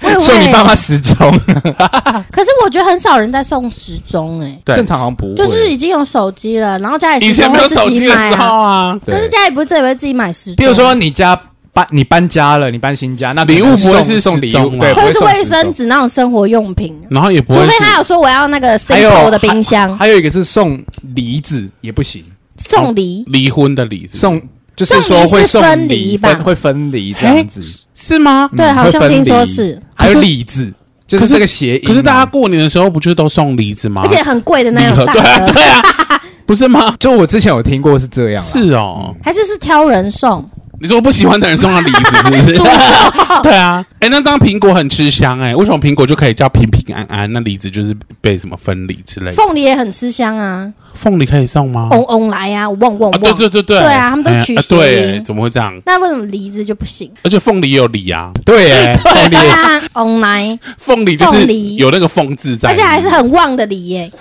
Speaker 2: 我以为
Speaker 3: 送你爸妈时钟，
Speaker 2: 可是我觉得很少人在送时钟哎、
Speaker 1: 对
Speaker 3: 正常好像不会，
Speaker 2: 就是已经有手机了，然后家里
Speaker 1: 以
Speaker 2: 时
Speaker 1: 前
Speaker 2: 钟
Speaker 1: 没有
Speaker 2: 会自
Speaker 1: 手
Speaker 2: 己
Speaker 1: 机的
Speaker 2: 买
Speaker 1: 时
Speaker 2: 啊。
Speaker 1: 候啊，
Speaker 3: 对
Speaker 2: 可是家里不是自己会自己买时钟？
Speaker 3: 比如说你家搬你搬家了，你搬新家，那可能
Speaker 1: 礼物不会
Speaker 3: 送
Speaker 1: 是
Speaker 3: 送礼
Speaker 1: 时
Speaker 3: 物
Speaker 1: 钟，啊
Speaker 3: 对，
Speaker 2: 或者是
Speaker 3: 不会送
Speaker 2: 卫
Speaker 3: 时钟
Speaker 2: 生。纸那种生活用品，啊
Speaker 1: 然后也不
Speaker 2: 除
Speaker 1: 会
Speaker 2: 非
Speaker 1: 是
Speaker 2: 他有说我要那个
Speaker 3: 还有
Speaker 2: Simple 的冰箱
Speaker 3: 还有一个是送梨子，也不行，
Speaker 2: 送礼，
Speaker 1: 离婚的礼是
Speaker 3: 送就是说会
Speaker 2: 送梨是
Speaker 3: 送
Speaker 2: 分
Speaker 3: 梨
Speaker 2: 离吧哎
Speaker 3: 分会分离这样子，
Speaker 1: 是吗？
Speaker 2: 对，
Speaker 3: 嗯
Speaker 2: 好像
Speaker 3: 会分
Speaker 2: 听说
Speaker 3: 离
Speaker 2: 是，
Speaker 3: 还有李子，就是这个谐音啊。
Speaker 1: 可是大家过年的时候不就是都送梨子吗？
Speaker 2: 而且很贵的那
Speaker 1: 礼盒
Speaker 2: 种大
Speaker 1: 啊 对啊
Speaker 2: 盒，
Speaker 1: 对啊，不是吗？
Speaker 3: 就我之前有听过是这样啦，
Speaker 1: 是哦，
Speaker 2: 还是是挑人送，
Speaker 1: 你说不喜欢的人送他梨子 是不是？ 对啊，哎、那当苹果很吃香哎、为什么苹果就可以叫平平安安？那梨子就是被什么分离之类的？
Speaker 2: 凤梨也很吃香啊，
Speaker 1: 凤梨可以送吗？
Speaker 2: 嗡嗡来啊，嗡嗡
Speaker 1: 嗯啊，对对
Speaker 2: 嗡。
Speaker 1: 对对，
Speaker 2: 对啊他们都取
Speaker 1: 哎啊
Speaker 2: 谐音
Speaker 1: 对、哎怎么会这样？
Speaker 2: 那为什么梨子就不行？
Speaker 1: 而且凤梨也有梨啊，
Speaker 3: 对耶，好厉
Speaker 2: 对
Speaker 3: 害
Speaker 2: 啊，翁来，
Speaker 1: 凤梨就
Speaker 2: 凤
Speaker 1: 是
Speaker 2: 梨
Speaker 1: 有那个凤字在，
Speaker 2: 而且还是很旺的 梨耶。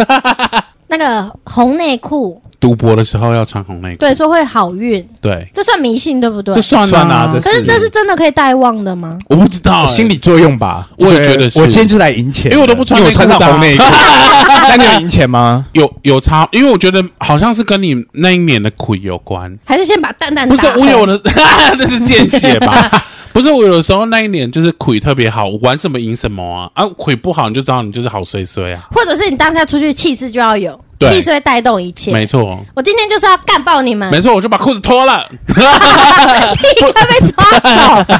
Speaker 2: 那个红内裤，
Speaker 1: 赌博的时候要穿红内裤，
Speaker 2: 对，说会好运，
Speaker 1: 对，
Speaker 2: 这算迷信对不对
Speaker 1: 这？算
Speaker 3: 算
Speaker 1: 啊
Speaker 3: 啊，这
Speaker 2: 可是这是真的可以带旺的吗？
Speaker 1: 我不知道、哎
Speaker 3: 心理作用吧？
Speaker 1: 我也
Speaker 3: 对
Speaker 1: 觉得是
Speaker 3: 我今天就来赢钱
Speaker 1: 因
Speaker 3: 的，
Speaker 1: 为我都不穿
Speaker 3: 因为我穿上
Speaker 1: 内裤的啊
Speaker 3: 红 内裤，那你有赢钱吗？
Speaker 1: 有有差，因为我觉得好像是跟你那一年的亏有关。
Speaker 2: 还是先把蛋蛋
Speaker 1: 不是
Speaker 2: 打
Speaker 1: 我有
Speaker 2: 的，
Speaker 1: 的， 那是见血吧？ 不是我有的时候那一年就是亏特别好，我玩什么赢什么啊啊！亏不好你就知道你就是好衰衰啊，
Speaker 2: 或者是你当下出去气势就要有，
Speaker 1: 对
Speaker 2: 气势会带动一切。
Speaker 1: 没错。
Speaker 2: 我今天就是要干爆你们，
Speaker 1: 没错，我就把裤子脱了，
Speaker 2: 立刻被抓走。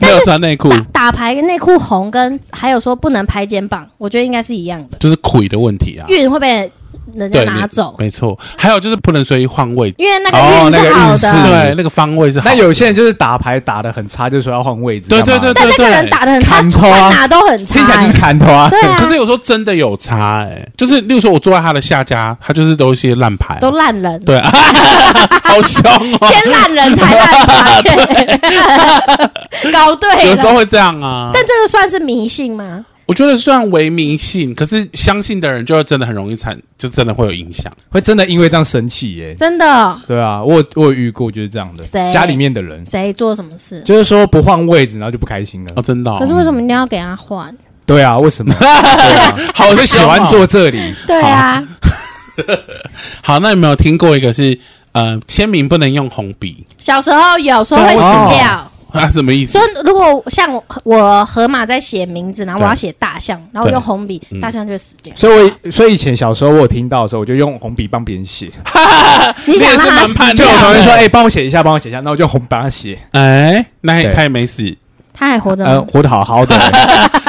Speaker 1: 没有穿 内裤，
Speaker 2: 打打牌跟内裤红跟还有说不能拍肩膀，我觉得应该是一样的，
Speaker 1: 就是亏的问题啊。
Speaker 2: 运会被人家
Speaker 1: 对，
Speaker 2: 拿
Speaker 1: 你
Speaker 2: 走，
Speaker 1: 没错。还有就是不能随意换位，
Speaker 2: 因为那个
Speaker 3: 哦
Speaker 2: 运
Speaker 3: 那个
Speaker 2: 是
Speaker 3: 运
Speaker 2: 好
Speaker 3: 势
Speaker 2: 的。
Speaker 1: 对，那个方位是好。
Speaker 3: 那有些人就是打牌打的很差，就说要换位置，
Speaker 1: 对对
Speaker 3: 干嘛
Speaker 1: 对
Speaker 2: 但那个人打的很差，
Speaker 3: 砍头啊
Speaker 2: 他哪都很差、
Speaker 3: 听起来就是
Speaker 2: 欸
Speaker 3: 砍头啊。
Speaker 2: 对 啊，
Speaker 1: 可是有时候真的有差哎，就是例如说我坐在他的下家，他就是都一些烂牌，
Speaker 2: 都烂人，
Speaker 1: 对啊， 好凶 哦。
Speaker 2: 先烂人才烂牌， 搞对
Speaker 1: 有时候
Speaker 2: 了。
Speaker 1: 会这样啊，
Speaker 2: 但这个算是迷信吗？
Speaker 1: 我觉得虽然为迷信，可是相信的人就会真的很容易产，就真的会有影响。
Speaker 3: 会真的因为这样生气耶。
Speaker 2: 真的，
Speaker 3: 对啊，我有我有遇过就是这样的
Speaker 2: 谁，
Speaker 3: 家里面的人
Speaker 2: 谁做什么事？
Speaker 3: 就是说不换位置，然后就不开心
Speaker 1: 哦，
Speaker 3: 了。
Speaker 1: 真的、哦，
Speaker 2: 嗯可是为什么一定要给他换？
Speaker 3: 对啊，为什么？对啊
Speaker 1: 好
Speaker 3: 我就喜欢
Speaker 1: 做。
Speaker 3: 坐这里，
Speaker 2: 对
Speaker 1: 哦
Speaker 2: 啊，
Speaker 1: 好，那有没有听过一个是呃，签名不能用红笔
Speaker 2: 小时候有说会死掉，
Speaker 1: 啊？什么意思
Speaker 2: 说？如果像我我河马在写名字，然后我要写大象，然后
Speaker 1: 对
Speaker 2: 用红笔
Speaker 1: 嗯，
Speaker 2: 大象就会死掉。
Speaker 3: 所以我所以以前小时候我有听到的时候，我就用红笔帮别人写。
Speaker 2: 你想
Speaker 1: 那也
Speaker 2: 啊让他
Speaker 1: 是蛮
Speaker 2: 死
Speaker 1: 叛逆
Speaker 3: 就
Speaker 1: 对
Speaker 2: 掉
Speaker 3: 有
Speaker 1: 啊的？
Speaker 3: 同学说：“哎，帮我写一下，帮我写一下。”那我就红笔帮他写。
Speaker 1: 哎、那也
Speaker 3: 对
Speaker 1: 他也没死，
Speaker 2: 他还
Speaker 1: 嗯
Speaker 2: 活着
Speaker 3: 呃
Speaker 2: 吗？
Speaker 3: 活得好好 的、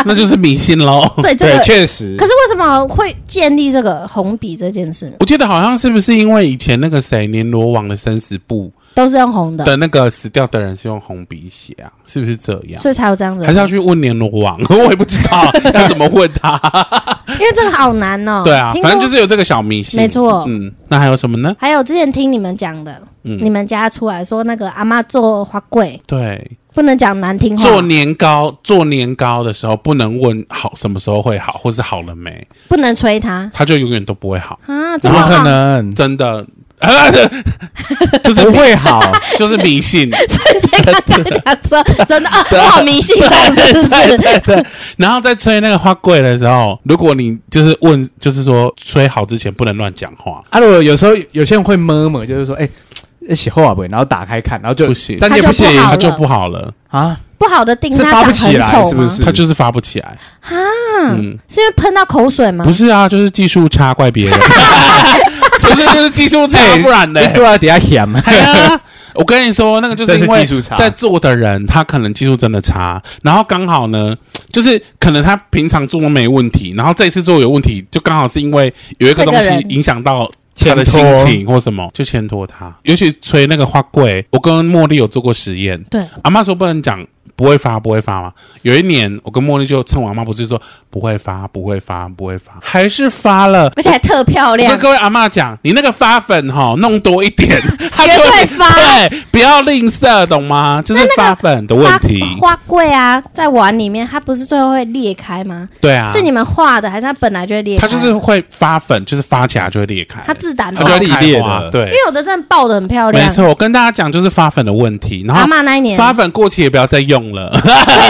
Speaker 1: 那就是迷信喽。
Speaker 2: 对这
Speaker 3: 对，
Speaker 2: 个，
Speaker 3: 确实
Speaker 2: 可。是为什么会建立这个红笔这件事？
Speaker 1: 我记得好像是不是因为以前那个谁年罗王的生死簿
Speaker 2: 都是用红的，
Speaker 1: 的那个死掉的人是用红笔写啊，是不是这样？
Speaker 2: 所以才有这样的
Speaker 1: 还。是要去问年罗王， 我也不知道要怎么问他。
Speaker 2: 因为这个好难 哦。
Speaker 1: 对啊，
Speaker 2: 听说
Speaker 1: 反正就是有这个小迷信，
Speaker 2: 没错
Speaker 1: 嗯，那还有什么呢？
Speaker 2: 还有之前听你们讲的，你
Speaker 1: 嗯，
Speaker 2: 们家出来说那个阿妈做花柜，
Speaker 1: 对，
Speaker 2: 不能讲难听话，
Speaker 1: 做年糕做年糕的时候不能问好什么时候会好，或是好了没，
Speaker 2: 不能催他
Speaker 1: 它就永远都不会好，
Speaker 2: 啊，这
Speaker 3: 怎
Speaker 2: 么
Speaker 3: 么
Speaker 2: 好
Speaker 3: 可，能？
Speaker 1: 真的。 啊、就是
Speaker 3: 不会好，
Speaker 1: 就是迷信，
Speaker 2: 瞬间刚才讲 说真的啊，我好迷信啊，是不是？
Speaker 1: 然后在吹那个花柜的时候，如果你就是问，就是说吹好之前不能乱讲话，
Speaker 3: 啊，如果有时候有些人会摸摸，就是说，哎、欸，写后啊不会，然后打开看，然后就
Speaker 1: 不行
Speaker 3: 但
Speaker 2: 他
Speaker 3: 也
Speaker 2: 就
Speaker 3: 行
Speaker 2: 不好
Speaker 1: 它
Speaker 2: 了
Speaker 1: 就不好了，
Speaker 3: 啊，
Speaker 2: 不好的定
Speaker 3: 是
Speaker 2: 他
Speaker 3: 发
Speaker 2: 长
Speaker 3: 不
Speaker 2: 很
Speaker 3: 起来，
Speaker 2: 丑
Speaker 3: 是不
Speaker 2: 吗？
Speaker 3: 是？
Speaker 1: 它就是发不起来。
Speaker 2: 啊，
Speaker 1: 嗯
Speaker 2: 是因为喷到口水吗
Speaker 1: 不？是啊，就是技术差，怪别人， 纯粹就是技术差，
Speaker 3: 哎
Speaker 1: 不然呢？
Speaker 3: 对啊，底下舔嘛。
Speaker 1: 哎呀，我跟你说，那个就是因
Speaker 3: 这是
Speaker 1: 为
Speaker 3: 技术差
Speaker 1: 在做的人，他可能技术真的差，然后刚好呢，就是可能他平常做都没问题，然后这一次做有问题，就刚好是因为有一个东
Speaker 2: 这
Speaker 1: 西
Speaker 2: 个人
Speaker 1: 影响到。他的心
Speaker 3: 牵拖
Speaker 1: 情或什么，就牵拖他。尤其吹那个花柜，我跟茉莉有做过实验。
Speaker 2: 对，
Speaker 1: 阿妈说不能讲，不会发，不会发嘛。有一年，我跟茉莉就趁我阿妈不是说不会发，不会发，不会发，还是发了。
Speaker 2: 而且还特漂
Speaker 1: 我
Speaker 2: 亮
Speaker 1: 跟，各位阿嬷讲，你那个发粉哈、弄多一 点，它
Speaker 2: 绝
Speaker 1: 就
Speaker 2: 对发
Speaker 1: 对，不要吝啬，懂吗？就是
Speaker 2: 那那个
Speaker 1: 发粉的问题。
Speaker 2: 花花柜啊，在碗里面，它不是最后会裂开吗？
Speaker 1: 对啊，
Speaker 2: 是你们画的，还是它本来就会裂
Speaker 1: 它
Speaker 2: 开？
Speaker 1: 就是会发粉，就是发起来就会裂开，
Speaker 2: 它自然
Speaker 1: 它就
Speaker 2: 的
Speaker 1: 会
Speaker 2: 吧，
Speaker 3: 它自己
Speaker 1: 开
Speaker 3: 裂
Speaker 1: 花
Speaker 3: 的
Speaker 1: 对
Speaker 2: 因，为有的真的爆的很漂
Speaker 1: 没
Speaker 2: 亮。
Speaker 1: 错。我跟大家讲，就是发粉的问题。然
Speaker 2: 阿
Speaker 1: 后
Speaker 2: 妈那一年，所
Speaker 1: 发
Speaker 2: 以
Speaker 1: 粉过期也不要再用了，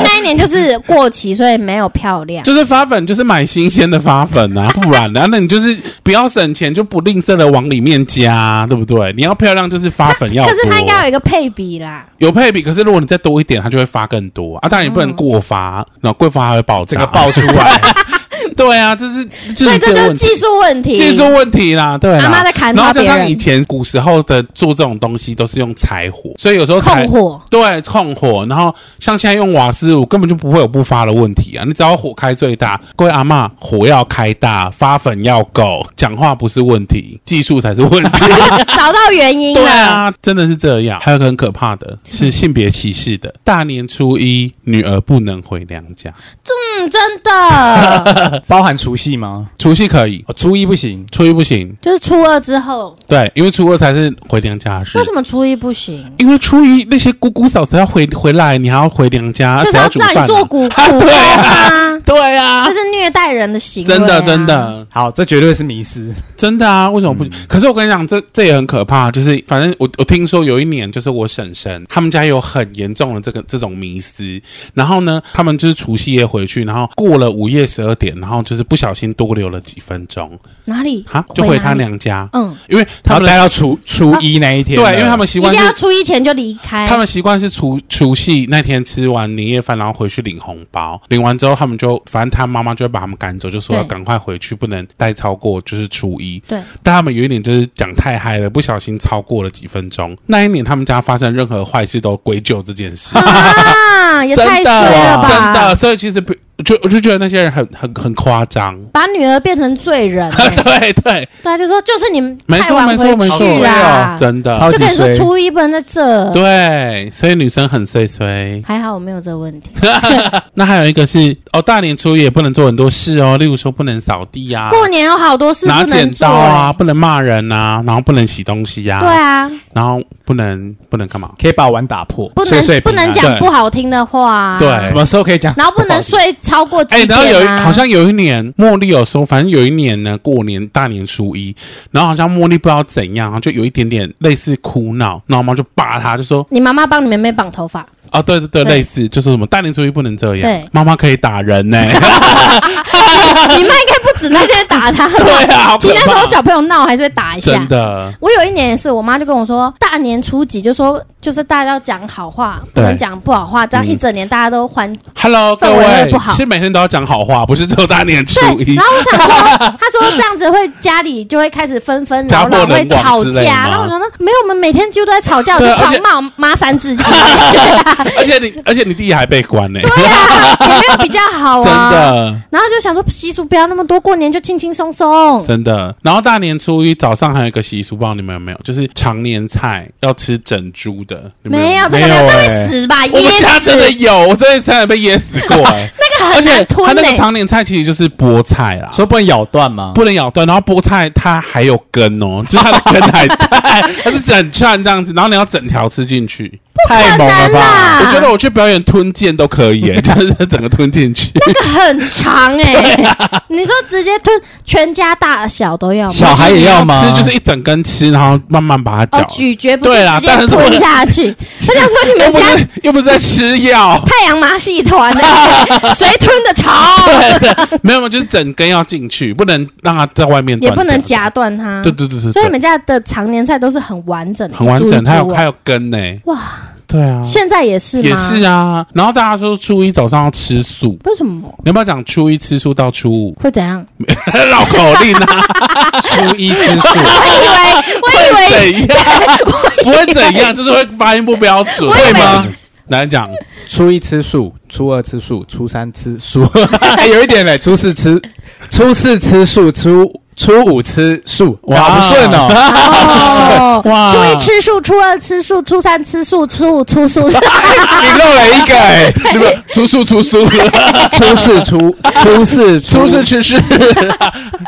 Speaker 2: 那一年就是过期，所以没有漂亮。
Speaker 1: 就是发粉就是买新鲜的发粉 啊，不然呢、那你就是不要省钱，就不吝啬的往里面加、对不对？你要漂亮就是发粉要
Speaker 2: 可
Speaker 1: 多。
Speaker 2: 是它应该有一个配比啦，
Speaker 1: 有配比，可是如果你再多一点，它就会发更多啊。当然你不
Speaker 2: 嗯
Speaker 1: 能过发，然后过发还会爆炸，
Speaker 3: 整个爆出来，
Speaker 1: 对啊，这是就
Speaker 2: 所
Speaker 1: 是
Speaker 2: 以
Speaker 1: 个
Speaker 2: 这就是
Speaker 1: 问题
Speaker 2: 技术问题。
Speaker 1: 技术问题啦，对啦。
Speaker 2: 阿妈在砍
Speaker 1: 然
Speaker 2: 他
Speaker 1: 后加
Speaker 2: 别
Speaker 1: 上以
Speaker 2: 人
Speaker 1: 前古时候的做这种东西都是用柴火，所以有时候柴
Speaker 2: 控 火，
Speaker 1: 对控火，然后像现在用瓦斯炉根本就不会有不发的问题啊。你只要火开最大，各位阿嬷，火要开大，发粉要够，讲话不是问题，技术才是问题。
Speaker 2: 找到原因
Speaker 1: 对
Speaker 2: 了。
Speaker 1: 啊，真的是这样。还有个很可怕的是性别歧视的，大年初一女儿不能回娘家，
Speaker 2: 嗯，真 的，
Speaker 3: 包含除夕吗？
Speaker 1: 除夕可以，
Speaker 3: 哦，初一不行，
Speaker 1: 初一不行。
Speaker 2: 就是初二之后，
Speaker 1: 对，因为初二才是回娘家的事
Speaker 2: 为。什么初一不行？
Speaker 1: 因为初一那些姑姑嫂嫂要回回来，你还要回娘家，谁
Speaker 2: 就是要
Speaker 1: 煮
Speaker 2: 让
Speaker 1: 饭、
Speaker 2: 你做
Speaker 1: 啊？
Speaker 2: 骨骨
Speaker 1: 啊
Speaker 2: 头
Speaker 1: 对
Speaker 2: 啊，
Speaker 1: 对啊
Speaker 2: 这，是虐待人的行为啊。
Speaker 1: 真的真的
Speaker 3: 好，这绝对是迷失。
Speaker 1: 真的啊，为什么
Speaker 2: 嗯
Speaker 1: 不行？可是我跟你讲，这这也很可怕，就是反正我我听说有一年，就是我婶婶他们家有很严重的这个这种迷思，然后呢，他们就是除夕夜回去，然后过了午夜十二点，然后就是不小心多留了几分钟，
Speaker 2: 哪里
Speaker 1: 哈，啊就回他
Speaker 2: 哪里
Speaker 1: 娘家，
Speaker 2: 嗯，
Speaker 1: 因为他
Speaker 3: 然后
Speaker 1: 们
Speaker 3: 待到初初一那一天
Speaker 1: 对，
Speaker 3: 了，
Speaker 1: 因为他们习
Speaker 2: 啊一
Speaker 1: 惯
Speaker 2: 定
Speaker 1: 是
Speaker 2: 要初一前就离开。
Speaker 1: 他们习惯是除除夕那天吃完年夜饭，然后回去领红包，领完之后他们就，反正他妈妈就会把他们赶走，就说
Speaker 2: 对
Speaker 1: 要赶快回去，不能待超过就是初一。
Speaker 2: 对，
Speaker 1: 但他们有一点就是讲太嗨了，不小心超过了几分钟。那一年他们家发生任何坏事都归咎这件事，
Speaker 2: 啊，也
Speaker 1: 真的
Speaker 2: 太衰了吧！
Speaker 1: 真的，所以其实不就我就觉得那些人很很很夸张。
Speaker 2: 把女儿变成罪 人、欸，
Speaker 1: 对对，
Speaker 2: 对啊，就说就是你们
Speaker 1: 没
Speaker 2: 太
Speaker 1: 错
Speaker 2: 晚
Speaker 1: 没
Speaker 2: 回
Speaker 1: 错没
Speaker 2: 去
Speaker 1: 错，啊
Speaker 2: 啦，
Speaker 1: 真的
Speaker 3: 超级
Speaker 2: 就跟你说
Speaker 3: 衰
Speaker 2: 初一不能在这。
Speaker 1: 对，所以女生很碎碎。
Speaker 2: 还好我没有这个问题。
Speaker 1: 那还有一个是哦，大年初一也不能做很多事哦，例如说不能扫地啊，
Speaker 2: 过年有好多事
Speaker 1: 拿
Speaker 2: 不
Speaker 1: 剪
Speaker 2: 能做、
Speaker 1: 刀
Speaker 2: 欸
Speaker 1: 啊，不能骂人啊，然后不能洗东西呀、
Speaker 2: 欸对啊，
Speaker 1: 然后不能不能干嘛？
Speaker 3: 可以把碗打破，
Speaker 2: 不
Speaker 3: 岁
Speaker 2: 能
Speaker 3: 岁
Speaker 2: 不
Speaker 3: 平安
Speaker 2: 能讲
Speaker 1: 对
Speaker 2: 不好听的话、啊，
Speaker 1: 对
Speaker 3: 什么时候可以 讲？
Speaker 2: 然后不能睡超过
Speaker 1: 哎、
Speaker 2: 几点、
Speaker 1: 然
Speaker 2: 啊
Speaker 1: 后有一好像有一年，茉莉有说，反正有一年呢，过年大年初一，然后好像茉莉不知道怎样，就有一点点类似哭闹，然后我妈就扒她，就说
Speaker 2: 你妈妈帮你妹妹绑 头发，
Speaker 1: 啊，对对对，
Speaker 2: 对
Speaker 1: 类似就是什么大年初一不能这样
Speaker 2: 对，
Speaker 1: 妈妈可以打人 呢、
Speaker 2: 你妈应该不止那天打她吧？
Speaker 1: 对啊，好
Speaker 2: 其
Speaker 1: 可
Speaker 2: 实那时
Speaker 1: 怕
Speaker 2: 候小朋友闹还是会打一下
Speaker 1: 真。的，
Speaker 2: 我有一年也是，我妈就跟我说，大年初几就说就是大家要讲好话，不
Speaker 1: 对嗯
Speaker 2: 能讲不好话，这样一整年大家都还
Speaker 1: Hello，各
Speaker 2: 氛围会
Speaker 1: 位
Speaker 2: 不好
Speaker 1: 是每天都要讲好话，不是只有大年初
Speaker 2: 对，
Speaker 1: 一
Speaker 2: 然。后我想说，他说这样子会家里就会开始纷纷扰
Speaker 1: 家
Speaker 2: 扰，
Speaker 1: 破
Speaker 2: 会
Speaker 1: 人亡
Speaker 2: 吵
Speaker 1: 之类的
Speaker 2: 架。
Speaker 1: 吗
Speaker 2: 然后我想说，没有，我们每天几乎都在吵架，我
Speaker 1: 对啊
Speaker 2: 就
Speaker 1: 而且
Speaker 2: 狂骂我妈三字经。哎
Speaker 1: 而且你而且你弟弟还被关呢、
Speaker 2: 对啊，前面比较 好
Speaker 1: 真
Speaker 2: 啊。。
Speaker 1: 的。
Speaker 2: 然后就想说习俗不要那么多，过年就轻轻松松。
Speaker 1: 真的。然后大年初一早上还有一个习俗，不知道你们有没有，就是常年菜要吃整株的，你们
Speaker 2: 没有这个，
Speaker 3: 没有
Speaker 2: 这会
Speaker 3: 欸
Speaker 2: 死吧？
Speaker 1: 哎我们家
Speaker 2: 噎
Speaker 1: 真的
Speaker 2: 死，
Speaker 1: 有，我真的差点被噎死 过、欸。
Speaker 2: 那个
Speaker 1: 而
Speaker 2: 很
Speaker 1: 且
Speaker 2: 难
Speaker 1: 它
Speaker 2: 吞欸
Speaker 1: 那个
Speaker 2: 嘞。
Speaker 1: 常年菜其实就是菠菜啦，
Speaker 3: 说不能咬断吗？
Speaker 1: 不能咬断，然后菠菜它还有根哦，就是它的根还 在，它是整串这样子，然后你要整条吃进去。
Speaker 3: 太
Speaker 2: 不可
Speaker 3: 猛了
Speaker 2: 能啦
Speaker 3: 吧！
Speaker 1: 我觉得我去表演吞剑都可以、 欸，就是整个吞进去。
Speaker 2: 那个很 长哎、
Speaker 1: 啊
Speaker 2: 你说直接吞，全家大小都要吗？
Speaker 3: 小孩也要吗
Speaker 1: 吃就是一整根吃，然后慢慢把它
Speaker 2: 哦
Speaker 1: 嚼，。
Speaker 2: 咀嚼不
Speaker 1: 对
Speaker 2: 是
Speaker 1: 啦
Speaker 2: 直
Speaker 1: 但是
Speaker 2: 接吞 下去。我想说你
Speaker 1: 又
Speaker 2: 们
Speaker 1: 不
Speaker 2: 家
Speaker 1: 是又不是在吃药。
Speaker 2: 太阳马戏 团欸谁吞的潮？
Speaker 1: 没有，没有，就是整根要进去，不能让它在外面断掉，
Speaker 2: 也不能夹断它。
Speaker 1: 对。对对对，
Speaker 2: 所以你
Speaker 1: 对
Speaker 2: 们家的常年菜都是很完整的，
Speaker 1: 很完
Speaker 2: 一株一
Speaker 1: 整，
Speaker 2: 株
Speaker 1: 它有
Speaker 2: 哦
Speaker 1: 还有根呢、
Speaker 2: 哇，
Speaker 1: 对啊，
Speaker 2: 现在也是吗？
Speaker 1: 也是啊。然后大家说初一早上要吃素，
Speaker 2: 为什么
Speaker 1: 你要不要讲初一吃素到初 五
Speaker 2: 会怎 样？
Speaker 1: 绕口令啊？
Speaker 3: 初一吃素，
Speaker 2: 我以为我以为
Speaker 1: 会怎样？不会怎样，就是会发音不标准，
Speaker 2: 我以为
Speaker 1: 会吗？来讲，
Speaker 3: 初一吃素，初二吃素，初三吃素， 哎有一点嘞。初四吃，初四吃素，初初五吃素，
Speaker 1: 哇
Speaker 3: 哇，好不顺哦。
Speaker 2: 哦，
Speaker 1: 哇
Speaker 2: 初一吃素，初二吃素，初三吃素，初五吃素，
Speaker 3: 你漏了一个哎，
Speaker 1: 对吧？出素出素，
Speaker 3: 初四初初四
Speaker 1: 出是吃是。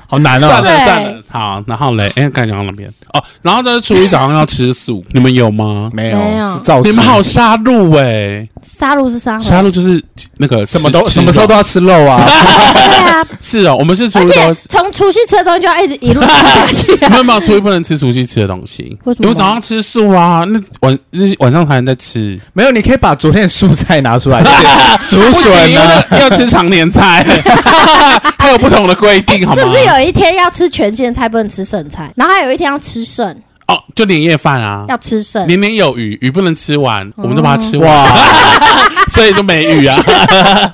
Speaker 3: 好难
Speaker 1: 算
Speaker 3: 哦。
Speaker 1: 了
Speaker 2: 对
Speaker 1: 算了，好，然后嘞，哎，刚才讲到哪边？哦，然后就是初一早上要吃素，你们有吗？
Speaker 3: 没
Speaker 2: 没有
Speaker 3: 造
Speaker 1: 你
Speaker 3: 你
Speaker 1: 们
Speaker 3: 们
Speaker 1: 好
Speaker 3: 好，
Speaker 1: 杀戮哎，
Speaker 2: 杀戮是杀
Speaker 1: 杀
Speaker 2: 戮，
Speaker 1: 戮就是那个
Speaker 3: 什么都
Speaker 1: 吃
Speaker 3: 什么时候
Speaker 1: 吃肉
Speaker 3: 都要吃肉啊。
Speaker 2: 对 啊，
Speaker 1: 是哦，我们是初
Speaker 2: 而
Speaker 1: 一都
Speaker 2: 且从除夕吃的东西就要一直一路吃下去
Speaker 1: 没有没有初一不能吃除夕吃的东西，
Speaker 2: 为什么
Speaker 1: 因为早上吃素啊，那晚日晚上才能再 吃。
Speaker 3: 没有，你可以把昨天的蔬菜拿出来，竹
Speaker 1: 不行
Speaker 3: 笋
Speaker 1: 因
Speaker 3: 呢？
Speaker 1: 为要吃常年 菜， 还有不同的规 定，好吗？
Speaker 2: 是不是有一天要吃全鲜菜，不能吃剩菜？然后还有一天要吃剩，
Speaker 1: 哦，就年夜饭啊，
Speaker 2: 要哦吃剩。
Speaker 1: 年年有余，鱼不能吃完，我们就把它吃 完，
Speaker 3: 哇，
Speaker 1: 所以就没鱼啊，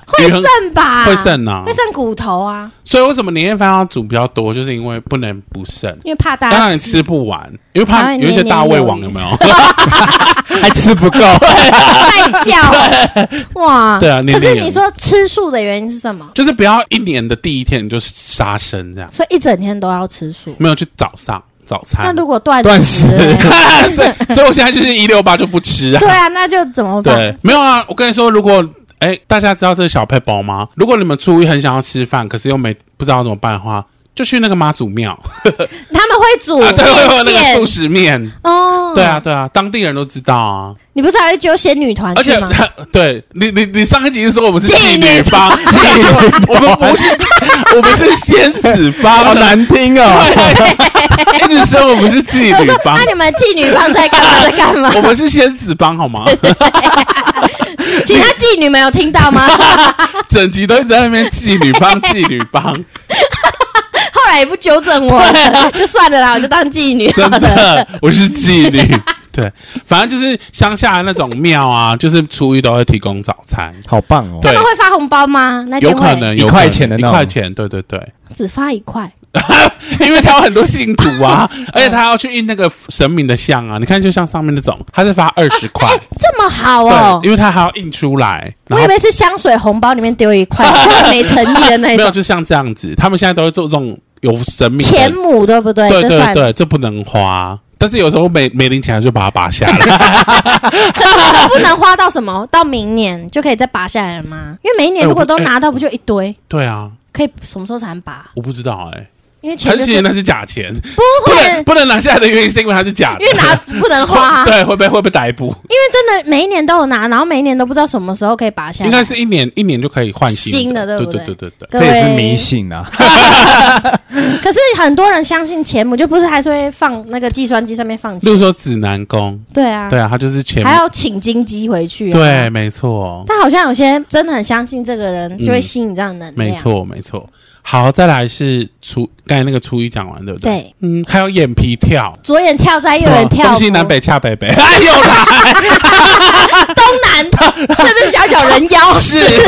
Speaker 2: 会
Speaker 1: 鱼很
Speaker 2: 剩 吧？
Speaker 1: 会，剩啊
Speaker 2: 会，剩骨头啊，
Speaker 1: 所以为什么年夜饭要煮比较多，就是因为不能不剩。
Speaker 2: 因为怕大
Speaker 1: 当
Speaker 2: 家
Speaker 1: 然
Speaker 2: 吃。
Speaker 1: 吃不完，因为怕
Speaker 2: 台湾
Speaker 1: 有一些
Speaker 2: 年年
Speaker 1: 大胃
Speaker 2: 有
Speaker 1: 王
Speaker 2: 余
Speaker 1: 有没有？
Speaker 3: 还吃不够，
Speaker 2: 再叫哇，
Speaker 1: 对啊年
Speaker 2: 可
Speaker 1: 年
Speaker 2: 是
Speaker 1: 有
Speaker 2: 你说吃素的原因是什么？
Speaker 1: 就是不要一年的第一天你就杀生这样，
Speaker 2: 所以一整天都要吃素。
Speaker 1: 没有去早上早
Speaker 2: 那
Speaker 1: 餐。
Speaker 2: 如果断
Speaker 3: 断
Speaker 2: 食
Speaker 3: 食
Speaker 2: 嘞，
Speaker 1: 所以，所以我现在就是一六八就不吃啊
Speaker 2: 对。啊，那就怎么办？
Speaker 1: 对，没有啊。我跟你说，如果哎，大家知道这个小配包吗？如果你们初一很想要吃饭，可是又没不知道怎么办的话，就去那个妈祖庙，
Speaker 2: 他们会煮
Speaker 1: 啊，对，会有
Speaker 2: 面
Speaker 1: 那个素
Speaker 2: 线
Speaker 1: 食面。
Speaker 2: 哦。
Speaker 1: 对啊，，对啊，当地人都知道啊。
Speaker 2: 你不是还会揪仙女团
Speaker 1: 而且
Speaker 2: 去吗？，
Speaker 1: 对你，你，你上一集是说我们是
Speaker 2: 妓
Speaker 1: 妓
Speaker 2: 女
Speaker 1: 女帮，妓女 帮，我们不是，我们是仙子 帮，
Speaker 3: 好难听 哦。
Speaker 1: 一直说我们是妓
Speaker 2: 我
Speaker 1: 女
Speaker 2: 说，
Speaker 1: 帮
Speaker 2: 那、，你们妓女帮在干 嘛？在干嘛？
Speaker 1: 我们是仙子帮，好吗？
Speaker 2: 其他妓女没有听 到吗？
Speaker 1: 整集都一直在那边妓女帮，妓女 帮，
Speaker 2: 后来也不纠正我，就算了啦，我就当妓女好
Speaker 1: 真
Speaker 2: 了。
Speaker 1: 的，我是妓女。对，反正就是乡下的那种庙啊，就是初一都会提供早餐，
Speaker 3: 好棒哦！
Speaker 1: 对
Speaker 2: 他，们会发红包吗？那
Speaker 1: 有
Speaker 2: 天
Speaker 1: 可
Speaker 2: 会
Speaker 1: 能
Speaker 3: 一
Speaker 1: 有
Speaker 3: 块
Speaker 1: 可能
Speaker 3: 钱的
Speaker 1: 一
Speaker 3: 那种
Speaker 1: 块钱，对对对，
Speaker 2: 只发一块，
Speaker 1: 因为他有很多信徒 啊，而且他要去印那个神明的像啊，你看就像上面那种，他是发二十 块，
Speaker 2: 这么好哦
Speaker 1: 对，因。为他还要印出来，
Speaker 2: 我
Speaker 1: 然
Speaker 2: 以
Speaker 1: 后
Speaker 2: 为是香水红包里面丢一块， 就是没诚意的那
Speaker 1: 没有
Speaker 2: 种。
Speaker 1: 就像这样子，他们现在都会做这种有神明的
Speaker 2: 钱母对不对？
Speaker 1: 对
Speaker 2: 哎这
Speaker 1: 对
Speaker 2: 算
Speaker 1: 对，这不能花。但是有时候没没零钱就把它拔下 来，
Speaker 2: 可是我们 不能花到什么，到明年就可以再拔下来了吗？因为每一
Speaker 1: 哎
Speaker 2: 年如果都拿到，不就一堆？
Speaker 1: 对啊，
Speaker 2: 可以什么时候才能拔？
Speaker 1: 我不知道哎、
Speaker 2: 因为钱
Speaker 1: 很欸
Speaker 2: 就
Speaker 1: 显
Speaker 2: 是
Speaker 1: 然那是假钱，
Speaker 2: 不
Speaker 1: 不能
Speaker 2: 会，
Speaker 1: 不能拿下来的原因是因为它是假的，
Speaker 2: 因为拿不能花啊，因
Speaker 1: 对 会被会被逮捕，
Speaker 2: 为真的每一年都有拿，然后每一年都不知道什么时候可以拔下来。
Speaker 1: 应该是一年一年就可以换
Speaker 2: 啊新的
Speaker 1: 的，
Speaker 2: 对
Speaker 1: 对
Speaker 2: 不
Speaker 1: 对对对对。
Speaker 2: 各
Speaker 3: 这
Speaker 2: 位
Speaker 3: 也是迷。信啊！
Speaker 2: 可是很多人相信钱母，就不是还是会放那个计算机上面放
Speaker 1: 例
Speaker 2: 钱？
Speaker 1: 如说指南宫，
Speaker 2: 对啊，
Speaker 1: 对啊，它就是前
Speaker 2: 还要请金鸡回去。啊
Speaker 1: 对，，没错，
Speaker 2: 但好像有些真的很相信这个人，就会
Speaker 1: 嗯
Speaker 2: 吸引这样的能量。
Speaker 1: 没，错没错。好，再来是初刚才那个初一讲完对不对？
Speaker 2: 对，
Speaker 1: 嗯，还有眼皮跳，啊
Speaker 2: 左眼跳在，右眼跳，
Speaker 1: 东西南，北恰北 北，哎呦啦，
Speaker 2: 东南，是不是小小人妖？
Speaker 1: 是。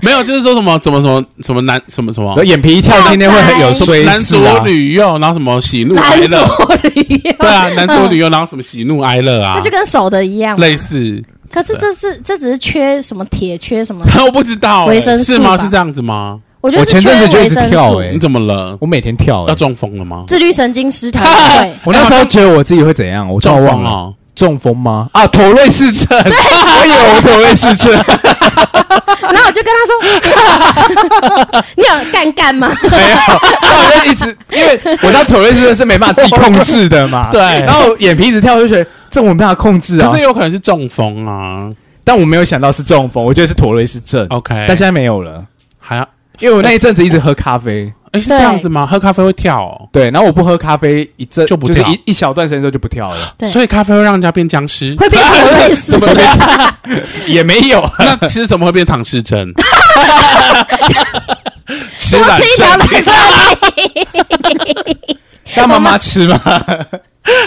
Speaker 1: 没有，就是说什么怎么什么什么男什么什么
Speaker 3: 眼皮一跳，今天会很有衰
Speaker 1: 男
Speaker 3: 事
Speaker 1: 左
Speaker 3: 啊！
Speaker 1: 女右，然后什么喜怒哀
Speaker 2: 男
Speaker 1: 乐，
Speaker 2: 左女右，
Speaker 1: 对啊，男左女右，然后什么喜怒哀乐啊
Speaker 2: 那就，跟手的一样嘛，
Speaker 1: 类似
Speaker 2: 可是这是这只是缺什么铁，缺什么？
Speaker 1: 我不知道、
Speaker 2: 维
Speaker 1: 欸，
Speaker 2: 生素
Speaker 1: 是吗？
Speaker 2: 吧
Speaker 1: 是这样子吗？
Speaker 2: 我觉得
Speaker 3: 我
Speaker 2: 是
Speaker 3: 前
Speaker 2: 缺
Speaker 3: 阵子就一
Speaker 2: 维
Speaker 3: 直
Speaker 2: 生
Speaker 3: 跳
Speaker 2: 素、
Speaker 3: 欸
Speaker 1: 你怎么了？
Speaker 3: 我每天跳、
Speaker 1: 要
Speaker 3: 欸，
Speaker 1: 中风了吗？
Speaker 2: 自律神经失调
Speaker 3: 。
Speaker 2: 对
Speaker 3: 我那时候觉得我自己会怎样，我突
Speaker 1: 中
Speaker 3: 然忘
Speaker 1: 风
Speaker 3: 了
Speaker 1: 了，
Speaker 3: 中风吗？啊，妥瑞氏症，我以为我妥瑞氏症，
Speaker 2: 然后我就跟他说：“ 你有干干吗？
Speaker 3: 没有，那我就一直因为我知道妥瑞氏症是没办法自己控制的 嘛，
Speaker 1: 对
Speaker 3: 然后我眼皮一直跳，我就觉得这我没办法控制啊
Speaker 1: 可是，有可能是中风啊。
Speaker 3: 但我没有想到是中风，我觉得是妥瑞氏症，
Speaker 1: OK，
Speaker 3: 但现在没有了，
Speaker 1: 还要
Speaker 3: 因为我那一阵子一直喝咖啡，
Speaker 1: 哎、是这样子吗？喝咖啡会跳、哦，
Speaker 3: 对，然后我不喝咖啡一阵
Speaker 1: 就不
Speaker 3: 是
Speaker 1: 跳
Speaker 3: 一一小段时间之后就不跳了，
Speaker 2: 对
Speaker 1: 所以咖啡会让人家变僵尸。
Speaker 2: 会变妥瑞斯，
Speaker 3: 也没 有，
Speaker 1: 那吃什么会变唐氏 症？吃
Speaker 2: 多
Speaker 1: 懒
Speaker 2: 吃一条
Speaker 1: 症，
Speaker 2: 蓝色。
Speaker 3: 让妈妈吃 吗？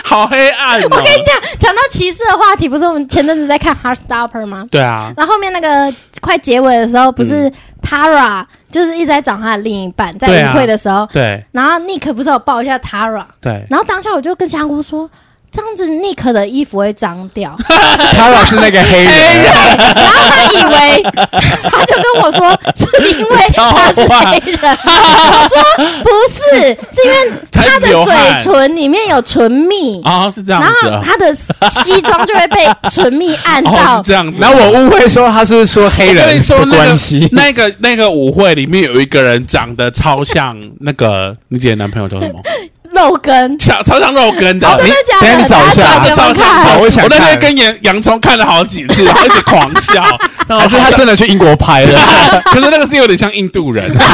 Speaker 1: 好黑暗哦。
Speaker 2: 我跟你讲，讲到歧视的话题，不是我们前阵子在看《Heartstopper》吗？
Speaker 1: 对啊，
Speaker 2: 然后后面那个快结尾的时候，不是 Tara、就是一直在找她的另一半，在
Speaker 1: 对啊
Speaker 2: 舞会的时候，
Speaker 1: 对
Speaker 2: 然后 Nick 不是有抱一下 Tara，
Speaker 1: 对，
Speaker 2: 然后当下我就跟香菇说。这样子，Nick 的衣服会脏掉。
Speaker 3: 他老是那个黑人，
Speaker 2: 然后他以为，他就跟我说，是因为他是黑人。我说不是，是因为他的嘴唇里面有唇蜜，
Speaker 1: 啊、哦， 是这样
Speaker 2: 然
Speaker 1: 子、
Speaker 2: 后
Speaker 1: 啊。
Speaker 2: 他的西装就会被唇蜜按
Speaker 1: 哦，是
Speaker 2: 到。
Speaker 1: 这样子。
Speaker 3: 然后我误会说他是说黑
Speaker 1: 我跟
Speaker 3: 人
Speaker 1: 你说
Speaker 3: 的
Speaker 1: 那
Speaker 3: 关
Speaker 1: 个
Speaker 3: 系，
Speaker 1: 那个那个舞会里面有一个人长得超像那个 你姐的男朋友叫什么？
Speaker 2: 肉根，
Speaker 1: 超超像肉根的
Speaker 3: 好，
Speaker 2: 真
Speaker 1: 你
Speaker 2: 的假
Speaker 3: 等一下
Speaker 2: 的？
Speaker 3: 你找一下
Speaker 1: 他
Speaker 2: 大家给
Speaker 1: 超
Speaker 2: 我
Speaker 1: 像
Speaker 3: 好
Speaker 2: 看。
Speaker 3: 我想
Speaker 1: 我那天
Speaker 3: 看
Speaker 1: 跟洋洋葱看了好几次，然后一直狂 笑，然后
Speaker 3: 还是他真的去英国拍的？
Speaker 1: 可是那个是有点像印度人，
Speaker 2: 但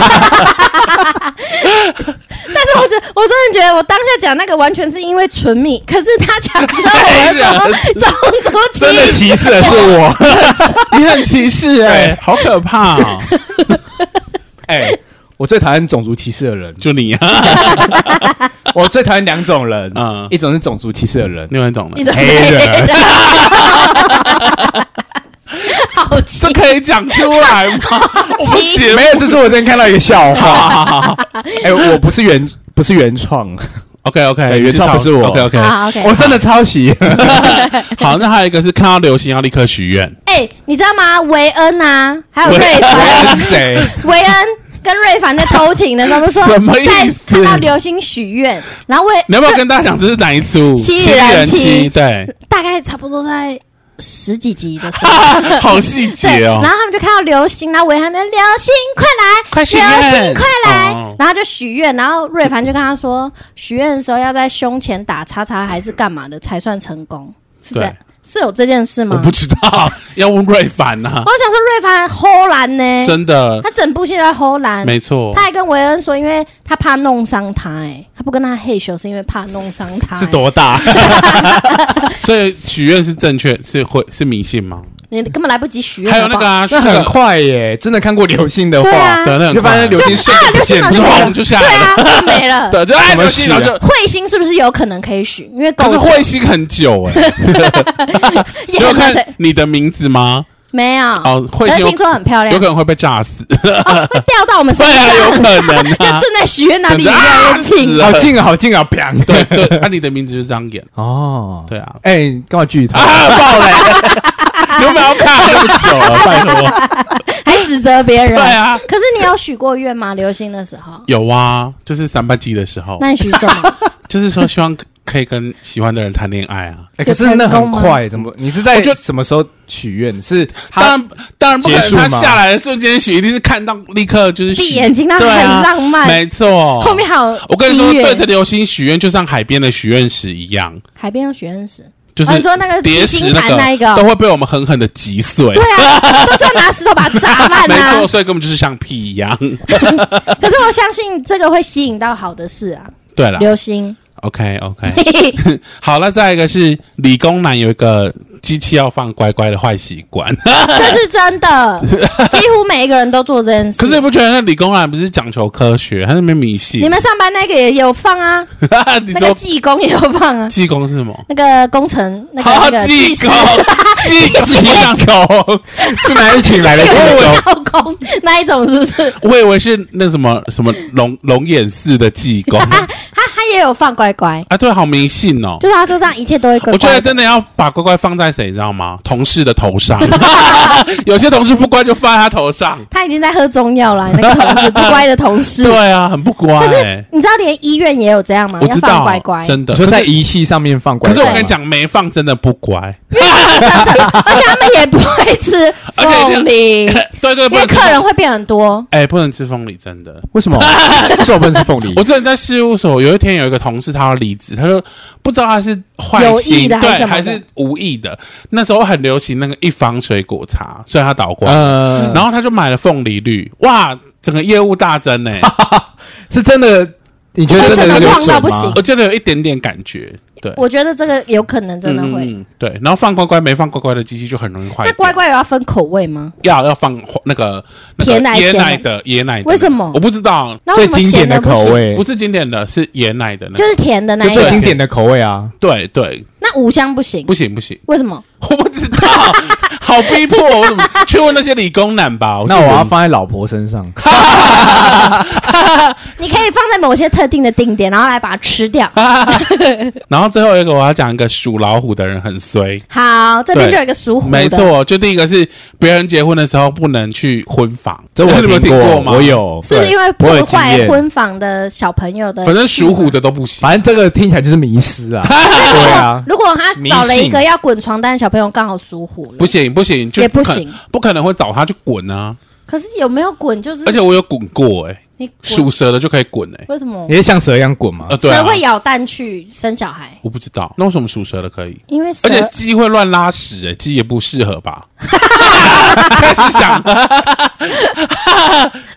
Speaker 2: 是我觉我真的觉得，我当下讲那个完全是因为唇蜜，可是他讲之后，我就说种族歧
Speaker 3: 真的
Speaker 2: 视。
Speaker 3: 歧视 的是我。
Speaker 1: 你很歧视哎，好可怕哦！
Speaker 3: 哎、我最讨厌种族歧视的人，
Speaker 1: 就你啊，
Speaker 3: 我最讨厌两种人，
Speaker 1: 嗯
Speaker 3: 一种是种族歧视的人，
Speaker 1: 另外一种哎
Speaker 2: 你
Speaker 1: 呢？
Speaker 2: 怎么
Speaker 3: 黑人
Speaker 2: 好奇
Speaker 1: 这可以讲出来 吗？我们节目
Speaker 3: 没有，这是我之前看到一个笑 话。哎、我不是原不是原创，
Speaker 1: OK
Speaker 3: 对
Speaker 1: OK，
Speaker 3: 原创不是我
Speaker 1: OK OK，
Speaker 2: 好 OK，
Speaker 3: 我真的 抄袭。
Speaker 1: 好，那还有一个是看到流行要立刻许愿，
Speaker 2: 哎、你知道吗？维恩啊， 还有
Speaker 1: 维
Speaker 2: 瑞
Speaker 3: 我
Speaker 2: 凡，
Speaker 3: 是谁？
Speaker 2: 维恩跟瑞凡在偷情的时候，他们说
Speaker 1: 什么意
Speaker 2: 在
Speaker 1: 思
Speaker 2: 看到流星许愿，然后维
Speaker 1: 你要不要跟大家讲这是哪一出？
Speaker 2: 七人
Speaker 1: 人
Speaker 2: 七
Speaker 1: 七，对，
Speaker 2: 大概差不多在十几集的时候。
Speaker 1: 好细
Speaker 2: 对，
Speaker 1: 节
Speaker 2: 然后
Speaker 1: 哦。
Speaker 2: 他们就看到流星，然后维恩他们流星快来，
Speaker 1: 快许
Speaker 2: 流星
Speaker 1: 愿，
Speaker 2: 快来，
Speaker 1: 哦
Speaker 2: 然后就许愿，然后瑞凡就跟他说，许愿的时候要在胸前打叉叉还是干嘛的才算成功，是这样
Speaker 1: 对，
Speaker 2: 是有这件事
Speaker 1: 我
Speaker 2: 吗？
Speaker 1: 不知道，要问瑞凡呐
Speaker 2: 我，想说瑞凡齁蓝呢，
Speaker 1: 真的，
Speaker 2: 他整部戏都在齁蓝，
Speaker 1: 没错
Speaker 2: 他，还跟维恩说，因为他怕弄伤他、哎，他不跟他嘿咻是因为怕弄伤他、
Speaker 3: 是
Speaker 2: 哎
Speaker 3: 多大？
Speaker 1: 所以许愿是正确，是会是迷信吗？
Speaker 2: 你根本来不及许愿。
Speaker 1: 还有那个
Speaker 2: 好
Speaker 1: 啊，
Speaker 3: 那很
Speaker 1: 个
Speaker 3: 快耶！真的看过流星的话，
Speaker 2: 对啊
Speaker 1: 对，那
Speaker 3: 你
Speaker 1: 很
Speaker 3: 就发现
Speaker 1: 快
Speaker 3: 流星瞬
Speaker 2: 不好，啊，
Speaker 3: 间
Speaker 2: 流星脑
Speaker 3: 不见
Speaker 2: 就
Speaker 1: 就
Speaker 2: 没
Speaker 1: 轰
Speaker 2: 了，
Speaker 1: 就下来
Speaker 2: 对
Speaker 1: 了
Speaker 2: 啊，就没了。
Speaker 1: 对，就哎，
Speaker 3: 什么
Speaker 1: 流星，
Speaker 3: 事啊
Speaker 1: 然 后就，
Speaker 2: 彗星是不是有可能可以许？因为够
Speaker 1: 可是
Speaker 2: 久
Speaker 1: 彗星很久
Speaker 2: 啊
Speaker 1: 哎，你
Speaker 2: 也
Speaker 1: 有
Speaker 2: 很
Speaker 1: 看
Speaker 2: 难才
Speaker 1: 你的名字吗？
Speaker 2: 没有。
Speaker 1: 哦，彗
Speaker 2: 可
Speaker 1: 星
Speaker 2: 是
Speaker 1: 有
Speaker 2: 听说很漂亮，
Speaker 1: 有可能会被炸 死，
Speaker 2: 哦会掉到 我们身
Speaker 1: 对啊，有
Speaker 2: 上。
Speaker 1: 可 能
Speaker 2: 就
Speaker 1: 啊，
Speaker 2: 正在许愿那里
Speaker 1: 等着
Speaker 2: 越来越
Speaker 1: 啊
Speaker 2: 近，
Speaker 1: 了
Speaker 3: 好近啊，好近啊！砰！
Speaker 1: 对对，那你的名字就这样演，
Speaker 3: 哦，
Speaker 1: 对啊，
Speaker 3: 哎、干嘛剧透？
Speaker 1: 啊，爆雷， 你有没有看这么久了？拜托，
Speaker 2: 还指责别人。
Speaker 1: 对啊，
Speaker 2: 可是你有许过愿吗？流星的时候，
Speaker 1: 有啊，就是三八季的时候，
Speaker 2: 那你许 什么？
Speaker 1: 就是说希望可以跟喜欢的人谈恋爱啊。
Speaker 3: 哎可是那很快，怎么？你是在
Speaker 1: 我觉得
Speaker 3: 什么时候许愿？是
Speaker 1: 当
Speaker 3: 他
Speaker 1: 然，当然不可
Speaker 3: 结
Speaker 1: 能。
Speaker 3: 束
Speaker 1: 他
Speaker 3: 吗
Speaker 1: 下来的瞬间许一定是看到立刻就是许
Speaker 2: 闭眼睛，那
Speaker 1: 对啊
Speaker 2: 很浪漫。
Speaker 1: 没错。
Speaker 2: 后面还有
Speaker 1: 我跟你说，
Speaker 2: 音乐
Speaker 1: 对着流星许愿，就像海边的许愿石一样，
Speaker 2: 海边有许愿石。
Speaker 1: 就是
Speaker 2: 哦你说那个
Speaker 1: 叠
Speaker 2: 七
Speaker 1: 石
Speaker 2: 星
Speaker 1: 那
Speaker 2: 盘那一个哦
Speaker 1: 都会被我们狠狠的击碎。
Speaker 2: 对 啊，都是要拿石头把它砸烂
Speaker 1: 没错，
Speaker 2: 啊。
Speaker 1: 所以根本就是像屁一样。
Speaker 2: 可是我相信这个会吸引到好的事啊，
Speaker 1: 对了
Speaker 2: 流星。
Speaker 1: ，OK OK，好，那再一个是理工男有一个机器要放乖乖的坏习惯，
Speaker 2: 这是真的，几乎每一个人都做这件事。
Speaker 1: 可是你不觉得那理工男不是讲求科学，他是没迷信？
Speaker 2: 你们上班那个也有放啊，
Speaker 1: 你
Speaker 2: 那个
Speaker 1: 说
Speaker 2: 技工也有放啊，
Speaker 1: 技工是什么？啊
Speaker 2: 那个工程那个那个
Speaker 1: 技
Speaker 2: 师
Speaker 1: 工， 技工，我想
Speaker 3: 狗是哪里请来的
Speaker 2: 有
Speaker 3: 技工？
Speaker 2: 闹工那一种是不是？
Speaker 1: 我以为是那什么什么龙龙眼寺的技工，
Speaker 2: 他还也有放乖乖，
Speaker 1: 啊，对，好迷信哦。
Speaker 2: 就是他说这样一切都会乖乖。
Speaker 1: 我觉得真的要把乖乖放在谁，你知道吗？同事的头 上， 有些同事不乖就放在他头上。
Speaker 2: 他已经在喝中药了，那个同事不乖的同事。
Speaker 1: 对啊，很不乖、
Speaker 2: 可
Speaker 1: 欸
Speaker 2: 是。你知道，连医院也有这样吗？
Speaker 1: 我
Speaker 2: 啊要
Speaker 1: 知道，
Speaker 2: 放乖乖，
Speaker 1: 真的。
Speaker 3: 你说
Speaker 1: 可
Speaker 3: 在
Speaker 1: 是
Speaker 3: 仪器上面放乖
Speaker 1: 可
Speaker 3: 乖
Speaker 1: 是
Speaker 3: 吗，
Speaker 1: 我跟你讲，没放真的不乖。
Speaker 2: 而且他们也不会吃
Speaker 1: 而且一定
Speaker 2: 凤梨，
Speaker 1: 对对，不
Speaker 2: 因
Speaker 1: 能
Speaker 2: 为
Speaker 1: 吃
Speaker 2: 客人会变很多。
Speaker 1: 哎、不能吃凤梨，真的。
Speaker 3: 为什 么？为什么不能吃凤梨
Speaker 1: 我？之前在事务所有一天有一个同事他要离职，他说不知道他是坏
Speaker 2: 有意
Speaker 1: 心
Speaker 2: 的还是
Speaker 1: 对
Speaker 2: 什么的
Speaker 1: 还是无意的。那时候很流行那个一方水果茶，虽然他倒光，
Speaker 3: 呃，
Speaker 1: 然后他就买了凤梨绿，哇，整个业务大增 呢、
Speaker 3: 哦是真的？你觉得真的
Speaker 2: 我觉得真的
Speaker 3: 有
Speaker 2: 胖到
Speaker 3: 准
Speaker 2: 不
Speaker 3: 吗
Speaker 2: 行？
Speaker 1: 我觉得有一点点感觉，对，
Speaker 2: 我觉得这个有可能真的会。
Speaker 1: 嗯对。然后放乖乖没放乖乖的机器就很容易坏掉，
Speaker 2: 那乖乖有要分口味吗？
Speaker 1: 要要放那个那个
Speaker 2: 甜奶
Speaker 1: 椰
Speaker 2: 咸
Speaker 1: 奶的椰奶的那个，
Speaker 2: 为什么
Speaker 1: 我不知道，
Speaker 2: 然后
Speaker 3: 最
Speaker 2: 什么
Speaker 3: 经典
Speaker 2: 咸
Speaker 3: 的
Speaker 2: 不行
Speaker 3: 口，味
Speaker 1: 不，是经典的，是椰奶的那
Speaker 2: 就
Speaker 1: 个，
Speaker 2: 是甜的那
Speaker 3: 就
Speaker 2: 一
Speaker 3: 最
Speaker 2: 个。
Speaker 3: 经典的口味啊。
Speaker 1: 对对，
Speaker 2: 那五香不行
Speaker 1: 不，行不行。
Speaker 2: 为什么？
Speaker 1: 我不知道， 好逼迫我怎么去问那些理工男吧。
Speaker 3: 那我
Speaker 1: 就
Speaker 3: 要
Speaker 1: 觉得
Speaker 3: 放在老婆身 上，
Speaker 2: 你可以放在某些特定的定点，然后来把它吃掉。
Speaker 1: 啊然后最后一个我要讲一个属老虎的人很衰。
Speaker 2: 好，这边
Speaker 1: 对
Speaker 2: 就有一个属虎的，
Speaker 1: 没错，就第一个是别人结婚的时候不能去婚房，
Speaker 3: 这我
Speaker 1: 你们有听
Speaker 3: 过
Speaker 1: 吗？
Speaker 3: 我。有。
Speaker 2: 是因为
Speaker 3: 我有
Speaker 2: 破
Speaker 3: 经
Speaker 2: 坏
Speaker 3: 验
Speaker 2: 婚房的小朋友的。哦
Speaker 1: 反正属虎的都不行。
Speaker 3: 反正这个听起来就是迷 失啊。对啊，
Speaker 2: 如果他找了一
Speaker 3: 迷
Speaker 2: 个要滚床单的小朋友，刚好属虎了，
Speaker 1: 不行不行，就
Speaker 2: 也不
Speaker 1: 可
Speaker 2: 行，
Speaker 1: 不可能会找他去滚啊！
Speaker 2: 可是有没有滚就是
Speaker 1: 而且我有滚过哎、
Speaker 2: 你嗯滚
Speaker 1: 属蛇的就可以滚哎、
Speaker 2: 为什么
Speaker 3: 你是像蛇一样滚吗
Speaker 1: 呃？对啊
Speaker 2: 蛇，会咬蛋去生小孩？
Speaker 1: 我不知道，那为什么属蛇的可以？
Speaker 2: 因为蛇
Speaker 1: 而且鸡会乱拉屎、欸，鸡也不适合 吧？开始想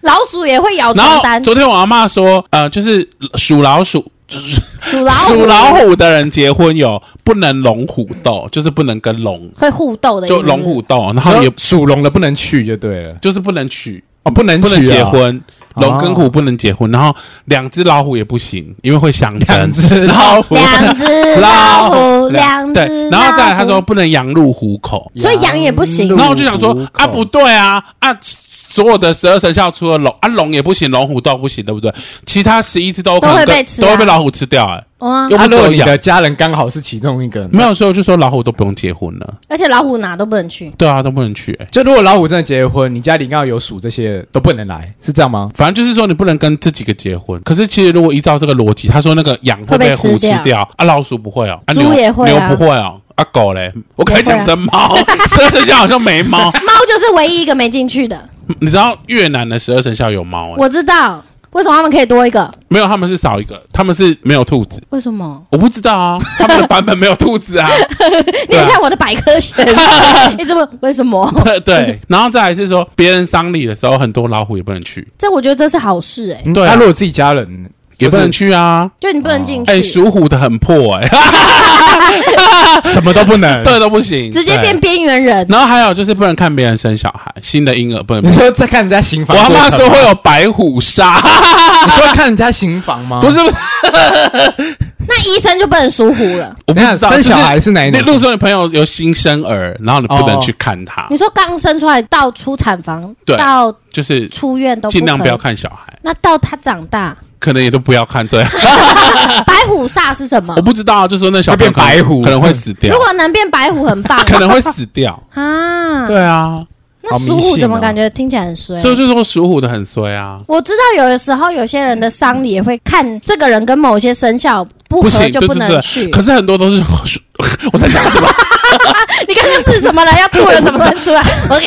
Speaker 2: 老鼠也会咬
Speaker 1: 然
Speaker 2: 床
Speaker 1: 后
Speaker 2: 单，
Speaker 1: 昨天我阿妈说，呃，就是属老鼠、
Speaker 2: 属老虎
Speaker 1: 属老虎的人结婚有不能龙虎斗，就是不能跟龙，
Speaker 2: 会互斗的意思，
Speaker 1: 就龙虎斗，然
Speaker 3: 然
Speaker 1: 后
Speaker 3: 后
Speaker 1: 也
Speaker 3: 属龙的不能去就对了，
Speaker 1: 就是不能娶，
Speaker 3: 哦，不能
Speaker 1: 不能
Speaker 3: 娶啊
Speaker 1: 结，婚，
Speaker 3: 哦
Speaker 1: 龙跟虎不能结婚，然后两只老虎也不行，因为会相
Speaker 3: 两
Speaker 1: 争。然
Speaker 3: 只老
Speaker 1: 后
Speaker 3: 虎，
Speaker 2: 两只
Speaker 1: 老
Speaker 2: 老
Speaker 1: 虎
Speaker 2: 虎，两
Speaker 1: 对
Speaker 2: 只，，
Speaker 1: 然后再来
Speaker 2: 老
Speaker 1: 他
Speaker 2: 虎
Speaker 1: 说，不能羊入虎口，
Speaker 2: 所以羊也不行
Speaker 1: 然后我就想说啊，不对啊啊。所有的十二生肖除了龙啊，龙也不行，龙虎斗不行，对不对？其他十一只都有可能
Speaker 2: 都会
Speaker 1: 跟
Speaker 2: 被吃啊
Speaker 1: 都会被老虎吃掉、哎，
Speaker 2: 哇，
Speaker 1: 又
Speaker 3: 啊，
Speaker 1: 不
Speaker 3: 如果
Speaker 1: 得
Speaker 3: 你
Speaker 1: 养。
Speaker 3: 的家人刚好是其中一个，
Speaker 1: 没有，所以我就说老虎都不用结婚了。
Speaker 2: 而且老虎哪都不能去，
Speaker 1: 对啊，都不能去、欸。
Speaker 3: 就如果老虎真的结婚，你家里刚好有属这些都不能来，是这样吗？
Speaker 1: 反正就是说你不能跟这几个结婚。可是其实如果依照这个逻辑，他说那个羊会被虎
Speaker 2: 会被吃
Speaker 1: 吃
Speaker 2: 掉
Speaker 1: 掉啊，老鼠不会哦，啊
Speaker 2: 猪
Speaker 1: 牛
Speaker 2: 也会啊
Speaker 1: 牛不会哦，啊狗嘞，我刚才讲成猫， 十二生肖好像没猫。
Speaker 2: 猫就是唯一一个没进去的，
Speaker 1: 你知道越南的十二生肖有猫、欸？
Speaker 2: 我知道。为什么他们可以多一个？
Speaker 1: 没有，他们是少一个，他们是没有兔子。
Speaker 2: 为什么？
Speaker 1: 我不知道啊，他们的版本没有兔子啊。
Speaker 2: 你
Speaker 1: 对啊
Speaker 2: 很像我的百科全书， 你怎么？为什么？
Speaker 1: 对，然后再来是说别人丧礼的时候，很多老虎也不能去，
Speaker 2: 这我觉得这是好事哎、
Speaker 1: 对啊
Speaker 3: 那如果自己家人
Speaker 1: 也不能
Speaker 3: 去，
Speaker 1: 去啊。
Speaker 2: 就你不能进去，
Speaker 1: 哎、属虎的很破哎、
Speaker 3: 什么都不 能。
Speaker 1: 对都不行，
Speaker 2: 直接
Speaker 1: 对
Speaker 2: 变边缘人。
Speaker 1: 然后还有就是不能看别人生小孩，新的婴儿不能
Speaker 3: 你。 说在看人家行
Speaker 1: 我
Speaker 3: 房过
Speaker 1: 阿
Speaker 3: 程
Speaker 1: 妈
Speaker 3: 吗，
Speaker 1: 说 会有白虎杀，
Speaker 3: 你说看人家行房吗？
Speaker 1: 不是，
Speaker 2: 那医生就不能属虎了。
Speaker 1: 我不
Speaker 3: 等一
Speaker 1: 知
Speaker 3: 下
Speaker 1: 道
Speaker 3: 生小孩是哪一
Speaker 1: 你
Speaker 3: 种
Speaker 1: 如？果说你朋友有新生儿，然后你不能去看他
Speaker 2: 你，说刚生出来到出产房，
Speaker 1: 对
Speaker 2: 到
Speaker 1: 就是
Speaker 2: 出院都
Speaker 1: 尽量
Speaker 2: 可
Speaker 1: 不要。看小孩，
Speaker 2: 那到他长 大，
Speaker 1: 可能也都不要看这样。
Speaker 2: 白虎煞是什么
Speaker 1: 我？不知道，就说那小朋友
Speaker 3: 会变白虎
Speaker 1: 可能会死掉
Speaker 2: 如，果能变白虎，很棒
Speaker 1: 可能会死掉。
Speaker 2: 啊。
Speaker 1: 对啊，
Speaker 2: 那
Speaker 3: 好迷
Speaker 2: 属虎
Speaker 3: 信
Speaker 2: 怎么
Speaker 3: 哦
Speaker 2: 感觉听起来很衰？啊
Speaker 1: 所以就说属虎的很衰啊，
Speaker 2: 我知道有的时候有些人的丧礼也会看这个人跟某些生肖不
Speaker 1: 不
Speaker 2: 合
Speaker 1: 行，
Speaker 2: 就
Speaker 1: 对对
Speaker 2: 能
Speaker 1: 对。
Speaker 2: 去。
Speaker 1: 可是很多都是 我在讲什么？
Speaker 2: 你刚刚是什么了？要吐啊了什么 出来？我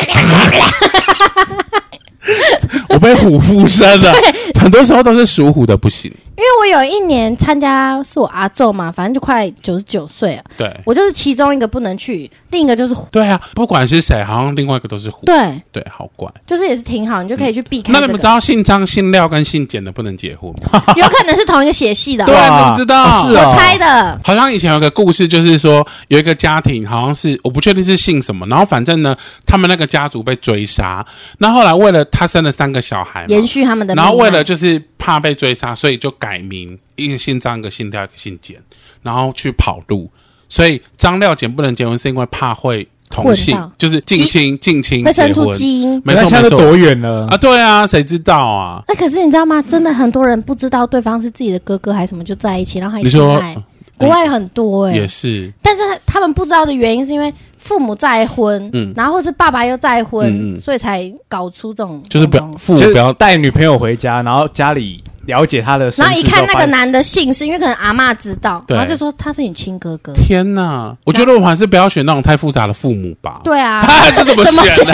Speaker 1: 我被虎附身了。很多时候都是属虎的不行。
Speaker 2: 因为我有一年参加是我阿昼嘛，反正就快九十九岁了，
Speaker 1: 对
Speaker 2: 我就是其中一个不能去，另一个就是虎。
Speaker 1: 对啊，不管是谁，好像另外一个都是虎。
Speaker 2: 对，
Speaker 1: 对，好怪。
Speaker 2: 就是也是挺好，你就可以去避开、
Speaker 1: 那
Speaker 2: 这
Speaker 1: 你
Speaker 2: 个。
Speaker 1: 们知道姓张、姓廖跟姓简的不能结婚吗？
Speaker 2: 有可能是同一个写系的，
Speaker 1: 对
Speaker 2: 我
Speaker 1: 啊哎你知道
Speaker 3: 哦是哦
Speaker 2: 猜的。
Speaker 1: 好像以前有个故事，就是说有一个家庭，好像是我不确定是姓什么，然后反正呢，他们那个家族被追杀，那后来为了他生了三个小孩嘛，
Speaker 2: 延续他们的命脉，
Speaker 1: 然后为了就是怕被追杀，所以就改名，一个姓张，一个姓廖，一个姓简，然后去跑路。所以张廖简不能结婚是因为怕会同性
Speaker 2: 混到，
Speaker 1: 就是近亲近亲
Speaker 2: 会生
Speaker 1: 结
Speaker 2: 出
Speaker 1: 婚，
Speaker 2: 基因。
Speaker 1: 没
Speaker 3: 那现
Speaker 1: 错
Speaker 3: 在
Speaker 1: 没
Speaker 3: 都
Speaker 1: 错
Speaker 3: 多远了
Speaker 1: 啊，？对啊，谁知道啊？
Speaker 2: 那可是你知道吗？真的很多人不知道对方是自己的哥哥还是什么，就在一起，然后还
Speaker 1: 你说
Speaker 2: 相爱。国外很多哎、
Speaker 1: 也是，
Speaker 2: 但是他们不知道的原因是因为父母再婚，
Speaker 1: 嗯
Speaker 2: 然后或是爸爸又再婚，
Speaker 1: 嗯嗯
Speaker 2: 所以才搞出这种
Speaker 1: 就是不要父母
Speaker 3: 就是
Speaker 1: 不要
Speaker 3: 带女朋友回家，然后家里了解她的身
Speaker 2: 然
Speaker 3: 世
Speaker 2: 后一
Speaker 3: 之后，
Speaker 2: 看那个男的姓氏，因为可能阿嬷知道，
Speaker 1: 对
Speaker 2: 然后就说他是你亲 哥哥。
Speaker 1: 天哪！我觉得我还是不要选那种太复杂的父母吧。
Speaker 2: 对啊，
Speaker 1: 啊， 这怎么
Speaker 2: 怎么
Speaker 1: 选呢？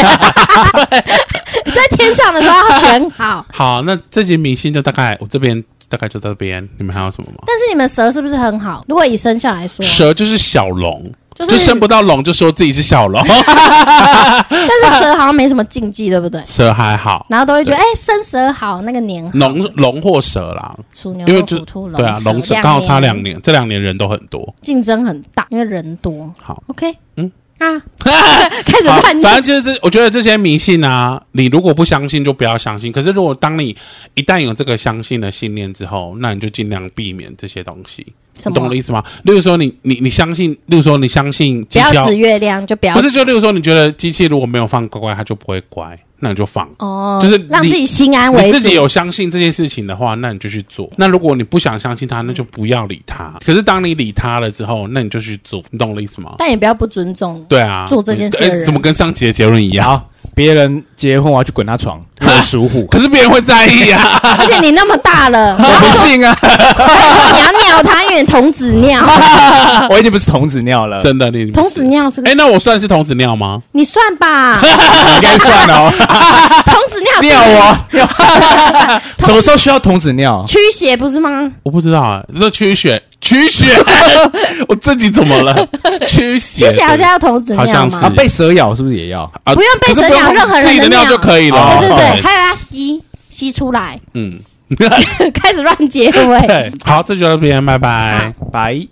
Speaker 2: 在天上的时候要选 好。
Speaker 1: 好，那这些明星就大概我这边大概就到这边，你们还有什么吗？
Speaker 2: 但是你们蛇是不是很好？如果以生肖来说，
Speaker 1: 蛇就是小龙，
Speaker 2: 啊就是
Speaker 1: 就生不到龙就说自己是小 龙，
Speaker 2: 但 是蛇好像没什么禁忌，对不对？
Speaker 1: 蛇还好，
Speaker 2: 然后都会觉得哎、生蛇好，那个年好
Speaker 1: 龙龙或蛇啦，
Speaker 2: 鼠牛
Speaker 1: 因为
Speaker 2: 虎
Speaker 1: 就
Speaker 2: 兔龙
Speaker 1: 对啊，龙
Speaker 2: 蛇
Speaker 1: 蛇刚好差
Speaker 2: 两
Speaker 1: 两
Speaker 2: 年，
Speaker 1: 年，这两年人都很多。
Speaker 2: 竞争很大，因为人多。
Speaker 1: 好，
Speaker 2: OK，
Speaker 1: 嗯
Speaker 2: 啊， 开始
Speaker 1: 好，
Speaker 2: 乱
Speaker 1: 反
Speaker 2: 念
Speaker 1: 正就是这，我觉得这些迷信啊，你如果不相信就不要相信。可是如果当你一旦有这个相信的信念之后，那你就尽量避免这些东西，你
Speaker 2: 什么？啊
Speaker 1: 懂我的意思吗？例如说你，你你相信，例如说你相信
Speaker 2: 不
Speaker 1: 绩
Speaker 2: 要
Speaker 1: 效
Speaker 2: 指，月亮，就不要
Speaker 1: 不是就例如说你觉得机器如果没有放乖乖，它就不会乖，那你就放。
Speaker 2: 哦，
Speaker 1: 就是
Speaker 2: 让
Speaker 1: 你
Speaker 2: 自己心安为
Speaker 1: 你
Speaker 2: 主。
Speaker 1: 自己有相信这件事情的话，那你就去做。那如果你不想相信它，那就不要理它。可是当你理它了之后，那你就去做，你懂我的意思吗？
Speaker 2: 但也不要不 尊重。
Speaker 1: 对啊，
Speaker 2: 做这件事的
Speaker 1: 哎
Speaker 2: 人
Speaker 1: 怎么跟上集的结论一样？，
Speaker 3: 好，别人结婚我要去滚他床，我属 虎
Speaker 1: 可是别人会在意啊。
Speaker 2: 而且你那么 大了，
Speaker 3: 我不 信啊，
Speaker 2: 你要尿它，因为你童子 尿，
Speaker 3: 我已经不是童子尿了，
Speaker 1: 真的，你
Speaker 2: 童子尿是
Speaker 1: 哎、
Speaker 2: 个，
Speaker 1: 那我算是童子尿吗？
Speaker 2: 你算 吧，
Speaker 3: 应该 算了哦，
Speaker 2: 童子尿
Speaker 3: 尿
Speaker 1: 啊
Speaker 3: 哦，尿，什么时候需要童子尿？
Speaker 2: 驱邪不是吗？
Speaker 1: 我不知道啊，这驱血，驱 血，我自己怎么了？驱血，
Speaker 2: 驱邪好像要童子
Speaker 1: 好
Speaker 2: 尿
Speaker 1: 像是
Speaker 2: 吗
Speaker 3: 啊，？被蛇咬是不是也要？
Speaker 1: 啊
Speaker 2: 不用被
Speaker 1: 可
Speaker 2: 神鸟
Speaker 1: 是不用
Speaker 2: 任何人的
Speaker 1: 自己的
Speaker 2: 尿
Speaker 1: 就可以了。
Speaker 3: 哦
Speaker 2: 对对
Speaker 1: 哦
Speaker 2: 对，还有要吸吸出来，
Speaker 1: 嗯，
Speaker 2: 开始乱结尾。
Speaker 1: 对，好，这就到这边，拜拜
Speaker 2: 好。
Speaker 3: 白。